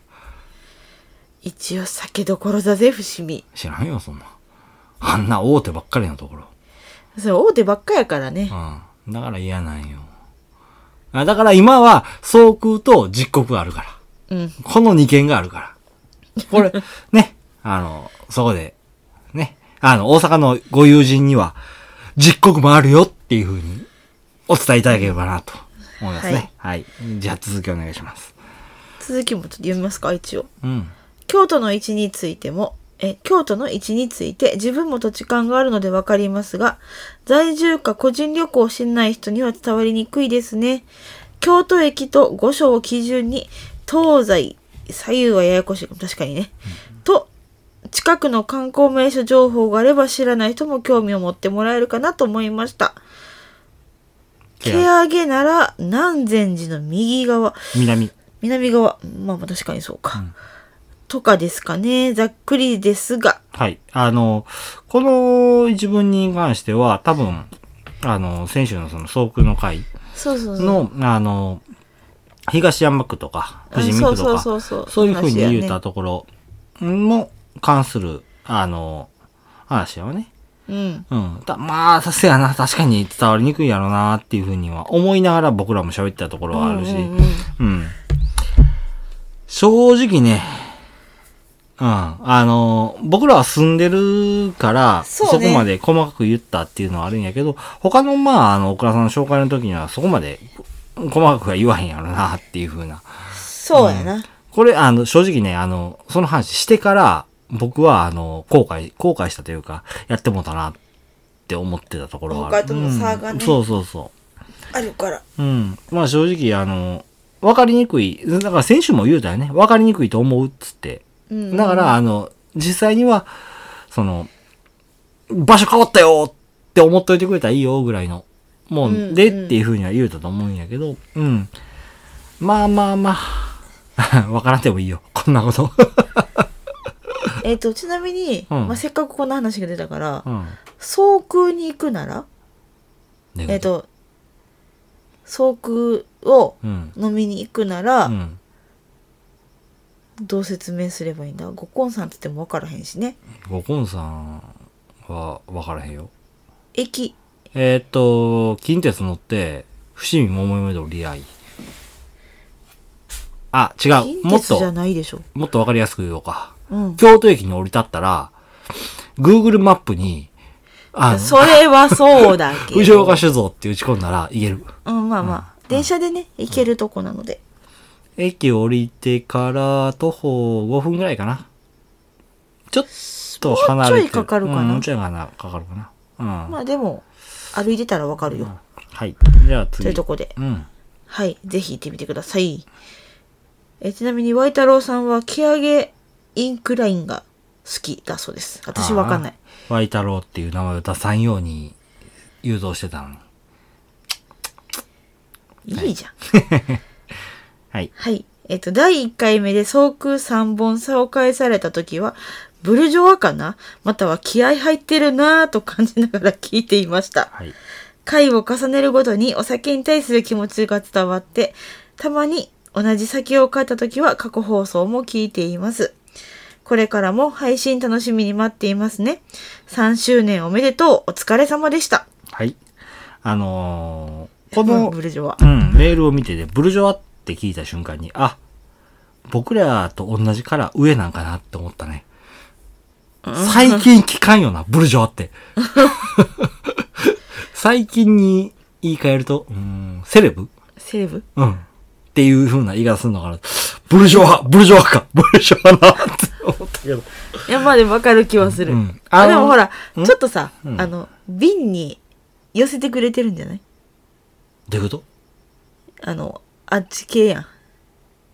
[SPEAKER 2] 一応酒どころだぜ伏見
[SPEAKER 1] 知らんよ、そんな。あんな大手ばっかりのところ。
[SPEAKER 2] それ大手ばっかやからね
[SPEAKER 1] うん。だから嫌なんよ。あだから今は、総空と実国があるから。
[SPEAKER 2] うん
[SPEAKER 1] この2件があるから。こ <laughs> れ、ね、あの、そこで、ね、あの、大阪のご友人には、実国もあるよっていうふうに、お伝えいただければなと思いますね。はい。じゃあ続きお願いします。
[SPEAKER 2] 続きもちょっと読みますか一応
[SPEAKER 1] うん。
[SPEAKER 2] 京都の位置についてもえ京都の位置について自分も土地勘があるのでわかりますが在住か個人旅行をしない人には伝わりにくいですね京都駅と五所を基準に東西左右はややこしいかも確かにね、と近くの観光名所情報があれば知らない人も興味を持ってもらえるかなと思いました
[SPEAKER 1] ケ
[SPEAKER 2] 毛
[SPEAKER 1] ア
[SPEAKER 2] 上げなら南禅寺の右側
[SPEAKER 1] 南。
[SPEAKER 2] 南側まあまあ確かにそうか、とかですかねざっくりですが
[SPEAKER 1] はい。あの、この一文に関しては、多分、あの、先週のその総空の会
[SPEAKER 2] そうそうそう
[SPEAKER 1] の、あの、東山区とか、
[SPEAKER 2] うん
[SPEAKER 1] 富士見区と
[SPEAKER 2] そう
[SPEAKER 1] か、
[SPEAKER 2] そうそうそう
[SPEAKER 1] そういうふうに言う
[SPEAKER 2] 話や
[SPEAKER 1] た
[SPEAKER 2] ね
[SPEAKER 1] ところも関する、あの、話よね。
[SPEAKER 2] うん
[SPEAKER 1] うん。たまあ、さすがやな、確かに伝わりにくいやろうなっていうふうには思いながら僕らも喋ってたところはあるし、う
[SPEAKER 2] う
[SPEAKER 1] ん
[SPEAKER 2] うん
[SPEAKER 1] ん
[SPEAKER 2] うん
[SPEAKER 1] 正直ね、うん。あの、僕らは住んでるから、そ,、
[SPEAKER 2] そうね
[SPEAKER 1] こまで細かく言ったっていうのはあるんやけど、他の、まあ、あの、倉さんの紹介の時にはそこまで細かくは言わへんやろうなっていうふうな。
[SPEAKER 2] そうやな、
[SPEAKER 1] これ、あの、正直ね、あの、その話してから、僕は、あの、後悔、後悔したというか、やってもうたなって思ってたところはある。
[SPEAKER 2] 他との差がね
[SPEAKER 1] うんそうそうそ
[SPEAKER 2] あるから
[SPEAKER 1] う。うん。まあ正直、あの、わかりにくい。だから先週も言うたよね。わかりにくいと思うっつって。
[SPEAKER 2] うん
[SPEAKER 1] だから、あの、実際には、その、場所変わったよって思っといてくれたらいいよぐらいの、も
[SPEAKER 2] うんうん
[SPEAKER 1] んでっていうふうには言うたと思うんやけど、うん。まあまあまあ、 <laughs> わからんでもいいよ。こんなこと。
[SPEAKER 2] えっ、とちなみに、
[SPEAKER 1] うん
[SPEAKER 2] まあ、せっかくこんな話が出たから
[SPEAKER 1] <laughs> うん。
[SPEAKER 2] 総空に行くなら
[SPEAKER 1] え
[SPEAKER 2] えっ、、と総空を
[SPEAKER 1] うん。
[SPEAKER 2] 飲みに行くなら、
[SPEAKER 1] うん。
[SPEAKER 2] どう説明すればいいんだごこんさんって言っても分からへんしね
[SPEAKER 1] ごこんさんはわからへんよ。
[SPEAKER 2] 駅
[SPEAKER 1] えーっと、近鉄乗って、伏見桃嫁通り合い。あ、違う。
[SPEAKER 2] 近
[SPEAKER 1] もっ
[SPEAKER 2] 鉄じゃ
[SPEAKER 1] と、
[SPEAKER 2] ないでしょ
[SPEAKER 1] もっとわかりやすく言おうか。
[SPEAKER 2] うん
[SPEAKER 1] 京都駅に降り立ったら、Google マップに、あ
[SPEAKER 2] それはそうだ
[SPEAKER 1] <laughs>
[SPEAKER 2] けど
[SPEAKER 1] 藤岡酒造って打ち込んだら行ける。
[SPEAKER 2] うん、まあまあ、電車でね、行けるとこなので。
[SPEAKER 1] 駅降りてから徒歩5分ぐらいかな。ちょっと離れてる。
[SPEAKER 2] もうちょいかかるかな
[SPEAKER 1] うんもうちょいかなかかるかな。うん。
[SPEAKER 2] まあでも、歩いてたらわかるよ。
[SPEAKER 1] はい。じゃあ次。
[SPEAKER 2] というとこで。
[SPEAKER 1] うん。
[SPEAKER 2] はい、ぜひ行ってみてください。えちなみに、ワイタロウさんは、毛上げインクラインが好きだそうです。私わかんない。
[SPEAKER 1] あー。ワイタローっていう名前を出さんように誘導してたのに。
[SPEAKER 2] いいじゃん。
[SPEAKER 1] はい。
[SPEAKER 2] はい。えっと、第1回目で総空3本差を返された時は、ブルジョワかなまたは気合入ってるなぁと感じながら聞いていました。
[SPEAKER 1] はい。
[SPEAKER 2] 回を重ねるごとにお酒に対する気持ちが伝わって、たまに同じ先を買った時は過去放送も聞いています。これからも配信楽しみに待っていますね。3周年おめでとう。お疲れ様でした。
[SPEAKER 1] はい。あのーこ
[SPEAKER 2] まあ
[SPEAKER 1] の
[SPEAKER 2] ブ、ルジョワ
[SPEAKER 1] う。ん、メールを見てて、ブルジョワって聞いた瞬間に、あ、僕らと同じから上なんかなって思ったね。最近聞かんよな、ブルジョワ
[SPEAKER 2] <laughs>
[SPEAKER 1] って。最近に言い換えると、うん、セレブ
[SPEAKER 2] セレブ
[SPEAKER 1] うん。っていう風な言い方するのかな。ブルジョワブルジョワかブルジョワなって思ったけど。
[SPEAKER 2] いや、まあでもわかる気はする。
[SPEAKER 1] うん
[SPEAKER 2] あ
[SPEAKER 1] あの
[SPEAKER 2] でもほら、ち
[SPEAKER 1] ん
[SPEAKER 2] ょっとさ、
[SPEAKER 1] うん
[SPEAKER 2] あの、瓶に寄せてくれてるんじゃない
[SPEAKER 1] どういうこと
[SPEAKER 2] あの、あっち系やん。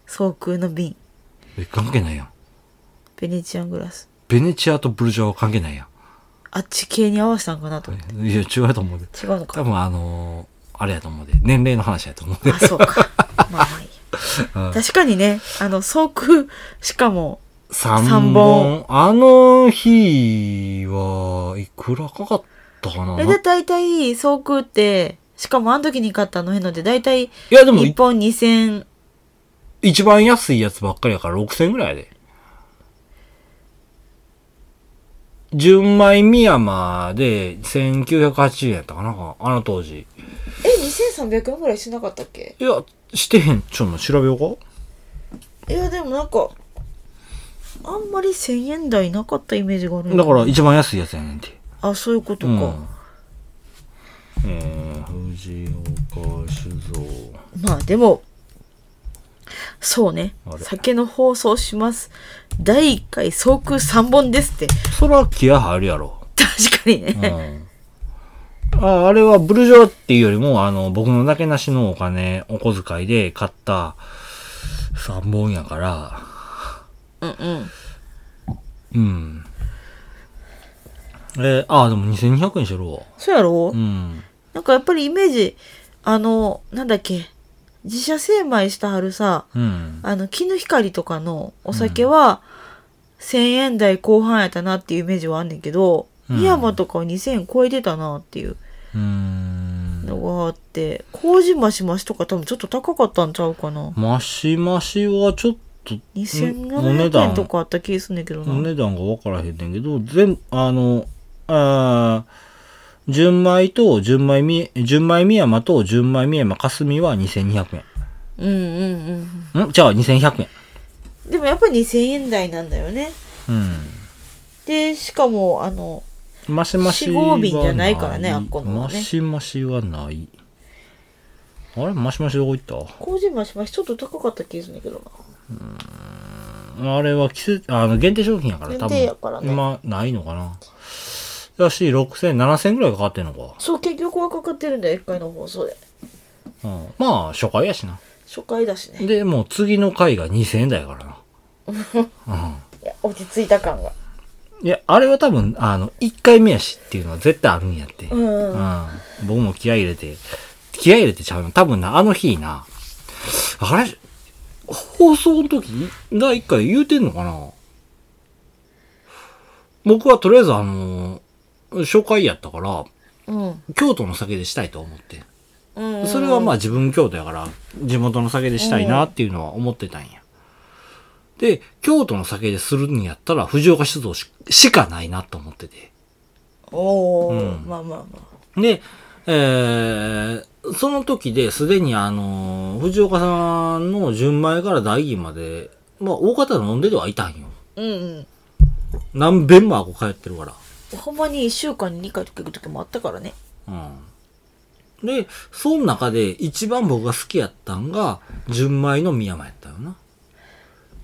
[SPEAKER 2] 総空の瓶。
[SPEAKER 1] え、関係ないやん。
[SPEAKER 2] ベネチアングラス。
[SPEAKER 1] ベネチアとブルジョワは関係ないやん。
[SPEAKER 2] あっち系に合わせたんかなと思って。
[SPEAKER 1] いや、違うと思うで。
[SPEAKER 2] 違うの
[SPEAKER 1] 多
[SPEAKER 2] か。
[SPEAKER 1] 分あのーあれやと思うで。年齢の話やと思うで。
[SPEAKER 2] あ、そうか。まあまあいい
[SPEAKER 1] <laughs>
[SPEAKER 2] や。確かにね、あの、総空、しかも、
[SPEAKER 1] 3
[SPEAKER 2] 三
[SPEAKER 1] 本
[SPEAKER 2] 本。
[SPEAKER 1] あの日は、いくらかかったかな
[SPEAKER 2] え、で、大体、総空って、しかもあの時に買ったあの辺ので、大体、
[SPEAKER 1] いや、でも、
[SPEAKER 2] 1本2000、
[SPEAKER 1] 一番安いやつばっかりやから6000ぐらいやで。純米宮間で1980円やったかなあの当時。
[SPEAKER 2] え、2300円ぐらいしなかったっけ
[SPEAKER 1] いや、してへん。ちょっと調べようか
[SPEAKER 2] いやでもなんかあんまり1000円台なかったイメージがあるん
[SPEAKER 1] だから一番安いやつやねんて。
[SPEAKER 2] あそういうことか、
[SPEAKER 1] うん。えー、藤岡酒造。
[SPEAKER 2] まあでもそうね
[SPEAKER 1] あれ
[SPEAKER 2] 酒の放送します第1回総空3本ですって
[SPEAKER 1] そら気合入るやろ。
[SPEAKER 2] 確かにね、
[SPEAKER 1] うん、 <laughs> ああれはブルジョーっていうよりも、あの、僕のだけなしのお金、お小遣いで買った3本やから、
[SPEAKER 2] うん、うん
[SPEAKER 1] うん。えーああ、でも2200円しろ。
[SPEAKER 2] そうやろ、
[SPEAKER 1] うん。
[SPEAKER 2] なんかやっぱりイメージあのなんだっけ自社精米したはるさ
[SPEAKER 1] うん。
[SPEAKER 2] あの絹光とかのお酒は、1000円台後半やったなっていうイメージはあんねんけど、
[SPEAKER 1] うん
[SPEAKER 2] 深山とかは2000円超えてたなっていう
[SPEAKER 1] うーん。
[SPEAKER 2] のがあって、麹増し増しとか多分ちょっと高かったんちゃうかな。
[SPEAKER 1] マシマシはちょっと、お値
[SPEAKER 2] 2700
[SPEAKER 1] 段
[SPEAKER 2] 円とかあった気すんねんけど
[SPEAKER 1] お
[SPEAKER 2] な。
[SPEAKER 1] 値段が分からへんねんけど、全、あの、あー純米と純米み、純米宮山と純米宮山霞は2200円。
[SPEAKER 2] うんうん
[SPEAKER 1] んじゃあ2100円。
[SPEAKER 2] うん。でもやっぱり2000円台なんだよね。で、しかも、あの、
[SPEAKER 1] うん。マシマシは
[SPEAKER 2] 四合瓶じゃないからねあっこのは
[SPEAKER 1] マ
[SPEAKER 2] ね
[SPEAKER 1] シマシはない。あれマシマシどこ行っ
[SPEAKER 2] 麹増し増しちょっと高かった気すんねんけどな。
[SPEAKER 1] たあれは季節、あの、限定商品やから多分。
[SPEAKER 2] 限定やからね
[SPEAKER 1] 今、ないのかな。だし、6000、7000ぐらいかかってんのか。
[SPEAKER 2] そう、結局はかかってるんだよ、1回の放送で。
[SPEAKER 1] うん。まあ、初回やしな。
[SPEAKER 2] 初回だしね。
[SPEAKER 1] で、もう次の回が2000円台やからな。
[SPEAKER 2] いや落ち着いた感が。
[SPEAKER 1] いや、あれは多分、あの、1回目やしっていうのは絶対あるんやって。
[SPEAKER 2] うんうんうん
[SPEAKER 1] うん僕も気合い入れて、気合い入れてちゃうの。多分な、あの日な、あれ、放送の時、第1回言うてんのかな僕はとりあえずあの、初回やったから、
[SPEAKER 2] うん。
[SPEAKER 1] 京都の酒でしたいと思って。
[SPEAKER 2] うん、
[SPEAKER 1] それはまあ自分京都やから、地元の酒でしたいなっていうのは思ってたんや。で、京都の酒でするんやったら、藤岡酒造ししかないなと思ってて。
[SPEAKER 2] おお、
[SPEAKER 1] うん
[SPEAKER 2] まあまあま
[SPEAKER 1] で、えー、その時ですでにあのー藤岡さんの純米から大吟まで、まあ大方飲んでてはいたんよ。
[SPEAKER 2] あ。うんうん。
[SPEAKER 1] 何遍もあこ帰ってるから。
[SPEAKER 2] ほんまに1週間に2回とか行く時もあったからね。
[SPEAKER 1] うん。で、その中で一番僕が好きやったんが、純米の宮山やったよな。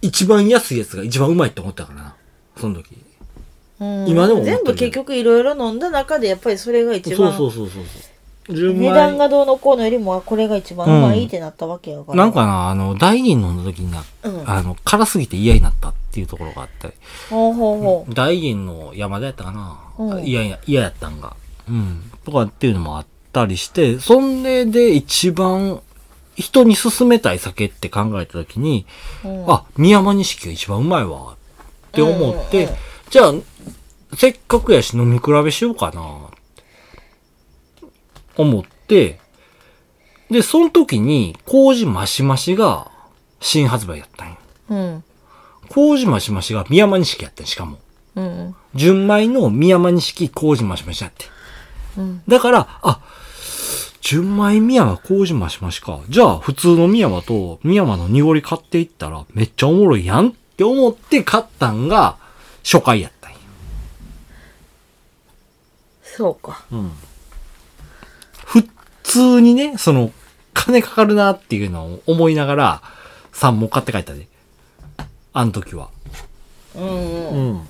[SPEAKER 1] 一番安いやつが一番うまいって思ったからな。その時。
[SPEAKER 2] うん
[SPEAKER 1] 今でも思ってる
[SPEAKER 2] 全
[SPEAKER 1] けど
[SPEAKER 2] 部結局いろいろ飲んだ中でやっぱりそれが一
[SPEAKER 1] そう
[SPEAKER 2] 番
[SPEAKER 1] そうそうそうそう。純
[SPEAKER 2] 値段がどうのこうのよりもあこれが一番うまいってなったわけやから、
[SPEAKER 1] なんかな、あの、大吟飲んだ時にな、
[SPEAKER 2] うん
[SPEAKER 1] あの、辛すぎて嫌になったっていうところがあったり。
[SPEAKER 2] ほうほうほう、
[SPEAKER 1] 大銀の山田やったかな、
[SPEAKER 2] うん
[SPEAKER 1] いやいや、嫌やったんが。うん。とかっていうのもあったりして、そんでで一番人に勧めたい酒って考えたときに、
[SPEAKER 2] うん
[SPEAKER 1] あ、宮間錦が一番うまいわって思って、
[SPEAKER 2] うんうん
[SPEAKER 1] じゃあ、せっかくやし飲み比べしようかな思って、で、その時に麹マシマシが新発売やったんや。
[SPEAKER 2] うん。
[SPEAKER 1] 麹マシマシが宮間錦やったんしかも。
[SPEAKER 2] うん。
[SPEAKER 1] 純米の宮間錦麹マシマシやって。だから、あ、純米宮間麹マシマシか。じゃあ、普通の宮間と宮間の濁り買っていったらめっちゃおもろいやんって思って買ったんが初回やったんや。
[SPEAKER 2] そうか。
[SPEAKER 1] 普通にね、その、金かかるなっていうのを思いながら、3本買って帰ったで。あの時は。
[SPEAKER 2] うんうん。
[SPEAKER 1] ん。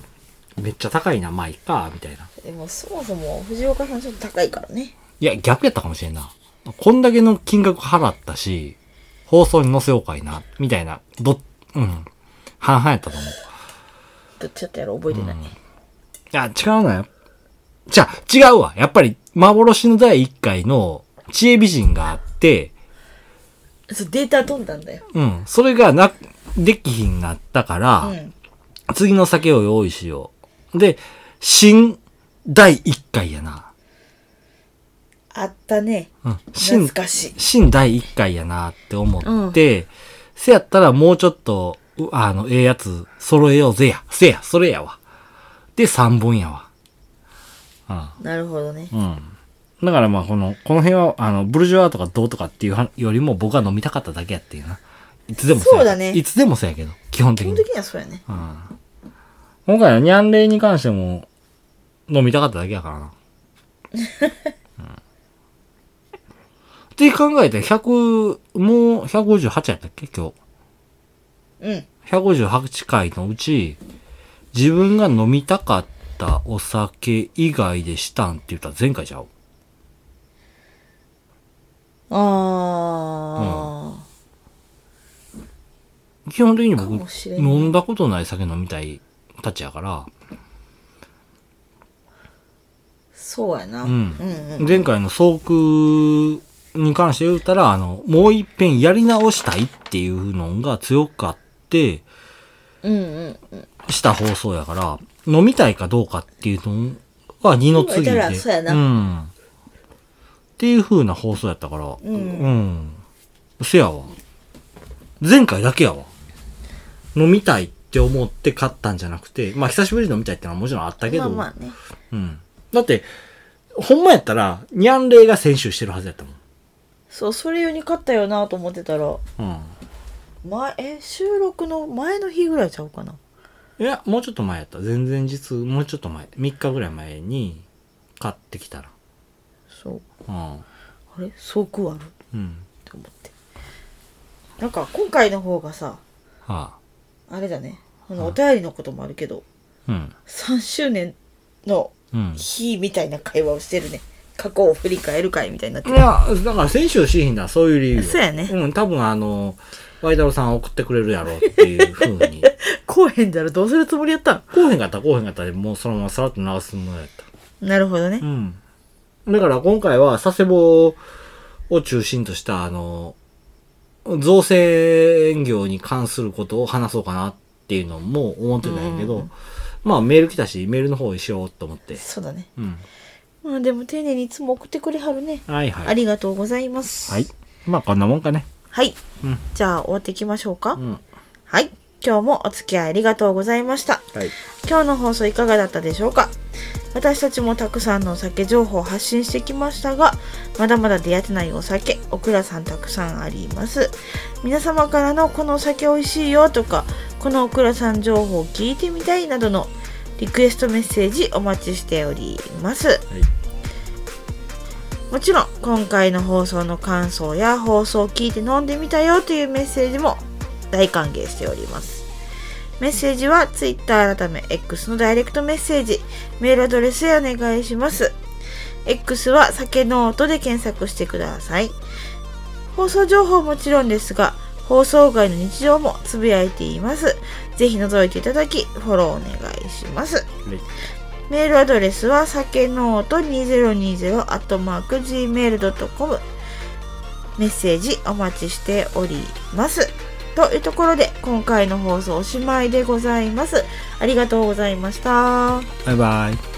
[SPEAKER 1] めっちゃ高いな、まあいっか、みたいな。
[SPEAKER 2] でもそもそも藤岡さんちょっと高いからね。
[SPEAKER 1] いや、逆やったかもしれんな。こんだけの金額払ったし、放送に載せようかいな、みたいな。ど、うん。半々やったと思う。
[SPEAKER 2] どっちだったやろ覚えてない。
[SPEAKER 1] いや、違うなよ。じゃあ、違うわ。やっぱり、幻の第1回の知恵美人があって、
[SPEAKER 2] そう、データ飛んだんだよ。
[SPEAKER 1] うん。それがな、できひんなったから、
[SPEAKER 2] うん。
[SPEAKER 1] 次の酒を用意しよう。で、新第1回やな。
[SPEAKER 2] あったね。
[SPEAKER 1] うん。
[SPEAKER 2] 懐
[SPEAKER 1] 新、
[SPEAKER 2] かしい。
[SPEAKER 1] 新第1回やなって思って、せやったらもうちょっと、うあの、ええやつ揃えようぜや。せや、それやわ。で、3本やわ。
[SPEAKER 2] なるほどね。
[SPEAKER 1] だからまあこの、この辺は、あの、ブルジョワとかどうとかっていうはよりも僕は飲みたかっただけやっていうな。いつでもや
[SPEAKER 2] そうだね
[SPEAKER 1] いつでもそうやけど、基本
[SPEAKER 2] 基
[SPEAKER 1] 的
[SPEAKER 2] 本
[SPEAKER 1] に。
[SPEAKER 2] 的にはそうやね。
[SPEAKER 1] 今回のニャンレイに関しても、飲みたかっただけや <laughs> からな。うん、って考えて、100、もう158やったっけ今日。
[SPEAKER 2] うん。
[SPEAKER 1] 158回のうち、自分が飲みたかったお酒以外でしたんって言ったら前回ちゃう。
[SPEAKER 2] あ
[SPEAKER 1] 基本的に
[SPEAKER 2] か
[SPEAKER 1] 僕
[SPEAKER 2] もしれんね
[SPEAKER 1] 飲んだことない酒飲みたいたちやから、
[SPEAKER 2] ー。そうやな。
[SPEAKER 1] う
[SPEAKER 2] うんんうん。
[SPEAKER 1] 前回の総空に関して言ったら、あの、もう一遍やり直したいっていうのが強かって、
[SPEAKER 2] うんうん。
[SPEAKER 1] した放送やから、飲みたいかどうかっていうのは二の次
[SPEAKER 2] 言われた
[SPEAKER 1] で。。
[SPEAKER 2] らそうやなん
[SPEAKER 1] っていう風な放送やったから、うんん。せやわ。前回だけやわ。飲みたいって思って買ったんじゃなくて、まあ久しぶりに飲みたいってのはもちろんあったけど、
[SPEAKER 2] まあまあね。
[SPEAKER 1] うん。だって、ほんまやったら、ニャンレイが先週してるはずやったも
[SPEAKER 2] そう、それ用に勝ったよなと思ってたら、
[SPEAKER 1] ん。
[SPEAKER 2] 前、え、収録の前の日ぐらいちゃうかな。
[SPEAKER 1] うん。いや、もうちょっと前やった。全然実、もうちょっと前。3日ぐらい前に、買ってきたら。
[SPEAKER 2] そう。
[SPEAKER 1] うん。
[SPEAKER 2] あれそうくあるっ
[SPEAKER 1] うん。
[SPEAKER 2] て思って。なんか、今回の方がさ、
[SPEAKER 1] は
[SPEAKER 2] あれだね。あの、お便りのこともあるけど、
[SPEAKER 1] あ。うん。
[SPEAKER 2] 3周年の
[SPEAKER 1] うん。
[SPEAKER 2] 日みたいな会話をしてるね。過去を振り返る会みたいになって
[SPEAKER 1] い
[SPEAKER 2] る。
[SPEAKER 1] や、だから選手をしひんだ、そういう理由よ。
[SPEAKER 2] そうやね
[SPEAKER 1] うん、多分あの、ワイダロさん送ってくれるやろうっていうふう
[SPEAKER 2] <laughs>
[SPEAKER 1] に。
[SPEAKER 2] こうへんだろどうするつもりやった
[SPEAKER 1] こうへんかったらこうへんかったで、もうそのままさらっと流すものやった。
[SPEAKER 2] んなるほどね
[SPEAKER 1] う。ん。だから今回は佐世保を中心とした、あの、造船業に関することを話そうかなっていうのも思ってたんやけど、まあメール来たし、メールの方にしようと思って。
[SPEAKER 2] そうだね。
[SPEAKER 1] うん。
[SPEAKER 2] まあでも丁寧にいつも送ってくれはるね。
[SPEAKER 1] はいはい。
[SPEAKER 2] ありがとうございます。
[SPEAKER 1] はい。。まあこんなもんかね。
[SPEAKER 2] はい。
[SPEAKER 1] うん
[SPEAKER 2] じゃあ終わっていきましょうか。
[SPEAKER 1] うん。
[SPEAKER 2] はい。今日もお付き合いありがとうございました。
[SPEAKER 1] はい。
[SPEAKER 2] 今日の放送いかがだったでしょうか私たちもたくさんのお酒情報を発信してきましたがまだまだ出会ってないお酒オクラさんたくさんあります皆様からのこのお酒おいしいよとかこのオクラさん情報を聞いてみたいなどのリクエストメッセージお待ちしております
[SPEAKER 1] はい。
[SPEAKER 2] もちろん今回の放送の感想や放送を聞いて飲んでみたよというメッセージも大歓迎しておりますメッセージは Twitter 改め X のダイレクトメッセージメールアドレスへお願いします X は酒ノートで検索してください放送情報はもちろんですが放送外の日常もつぶやいていますぜひ覗いていただきフォローお願いします
[SPEAKER 1] はい
[SPEAKER 2] メールアドレスは、さけのうと 2020-gmail.com メッセージお待ちしております。というところで、今回の放送おしまいでございます。ありがとうございました。
[SPEAKER 1] バイバイ。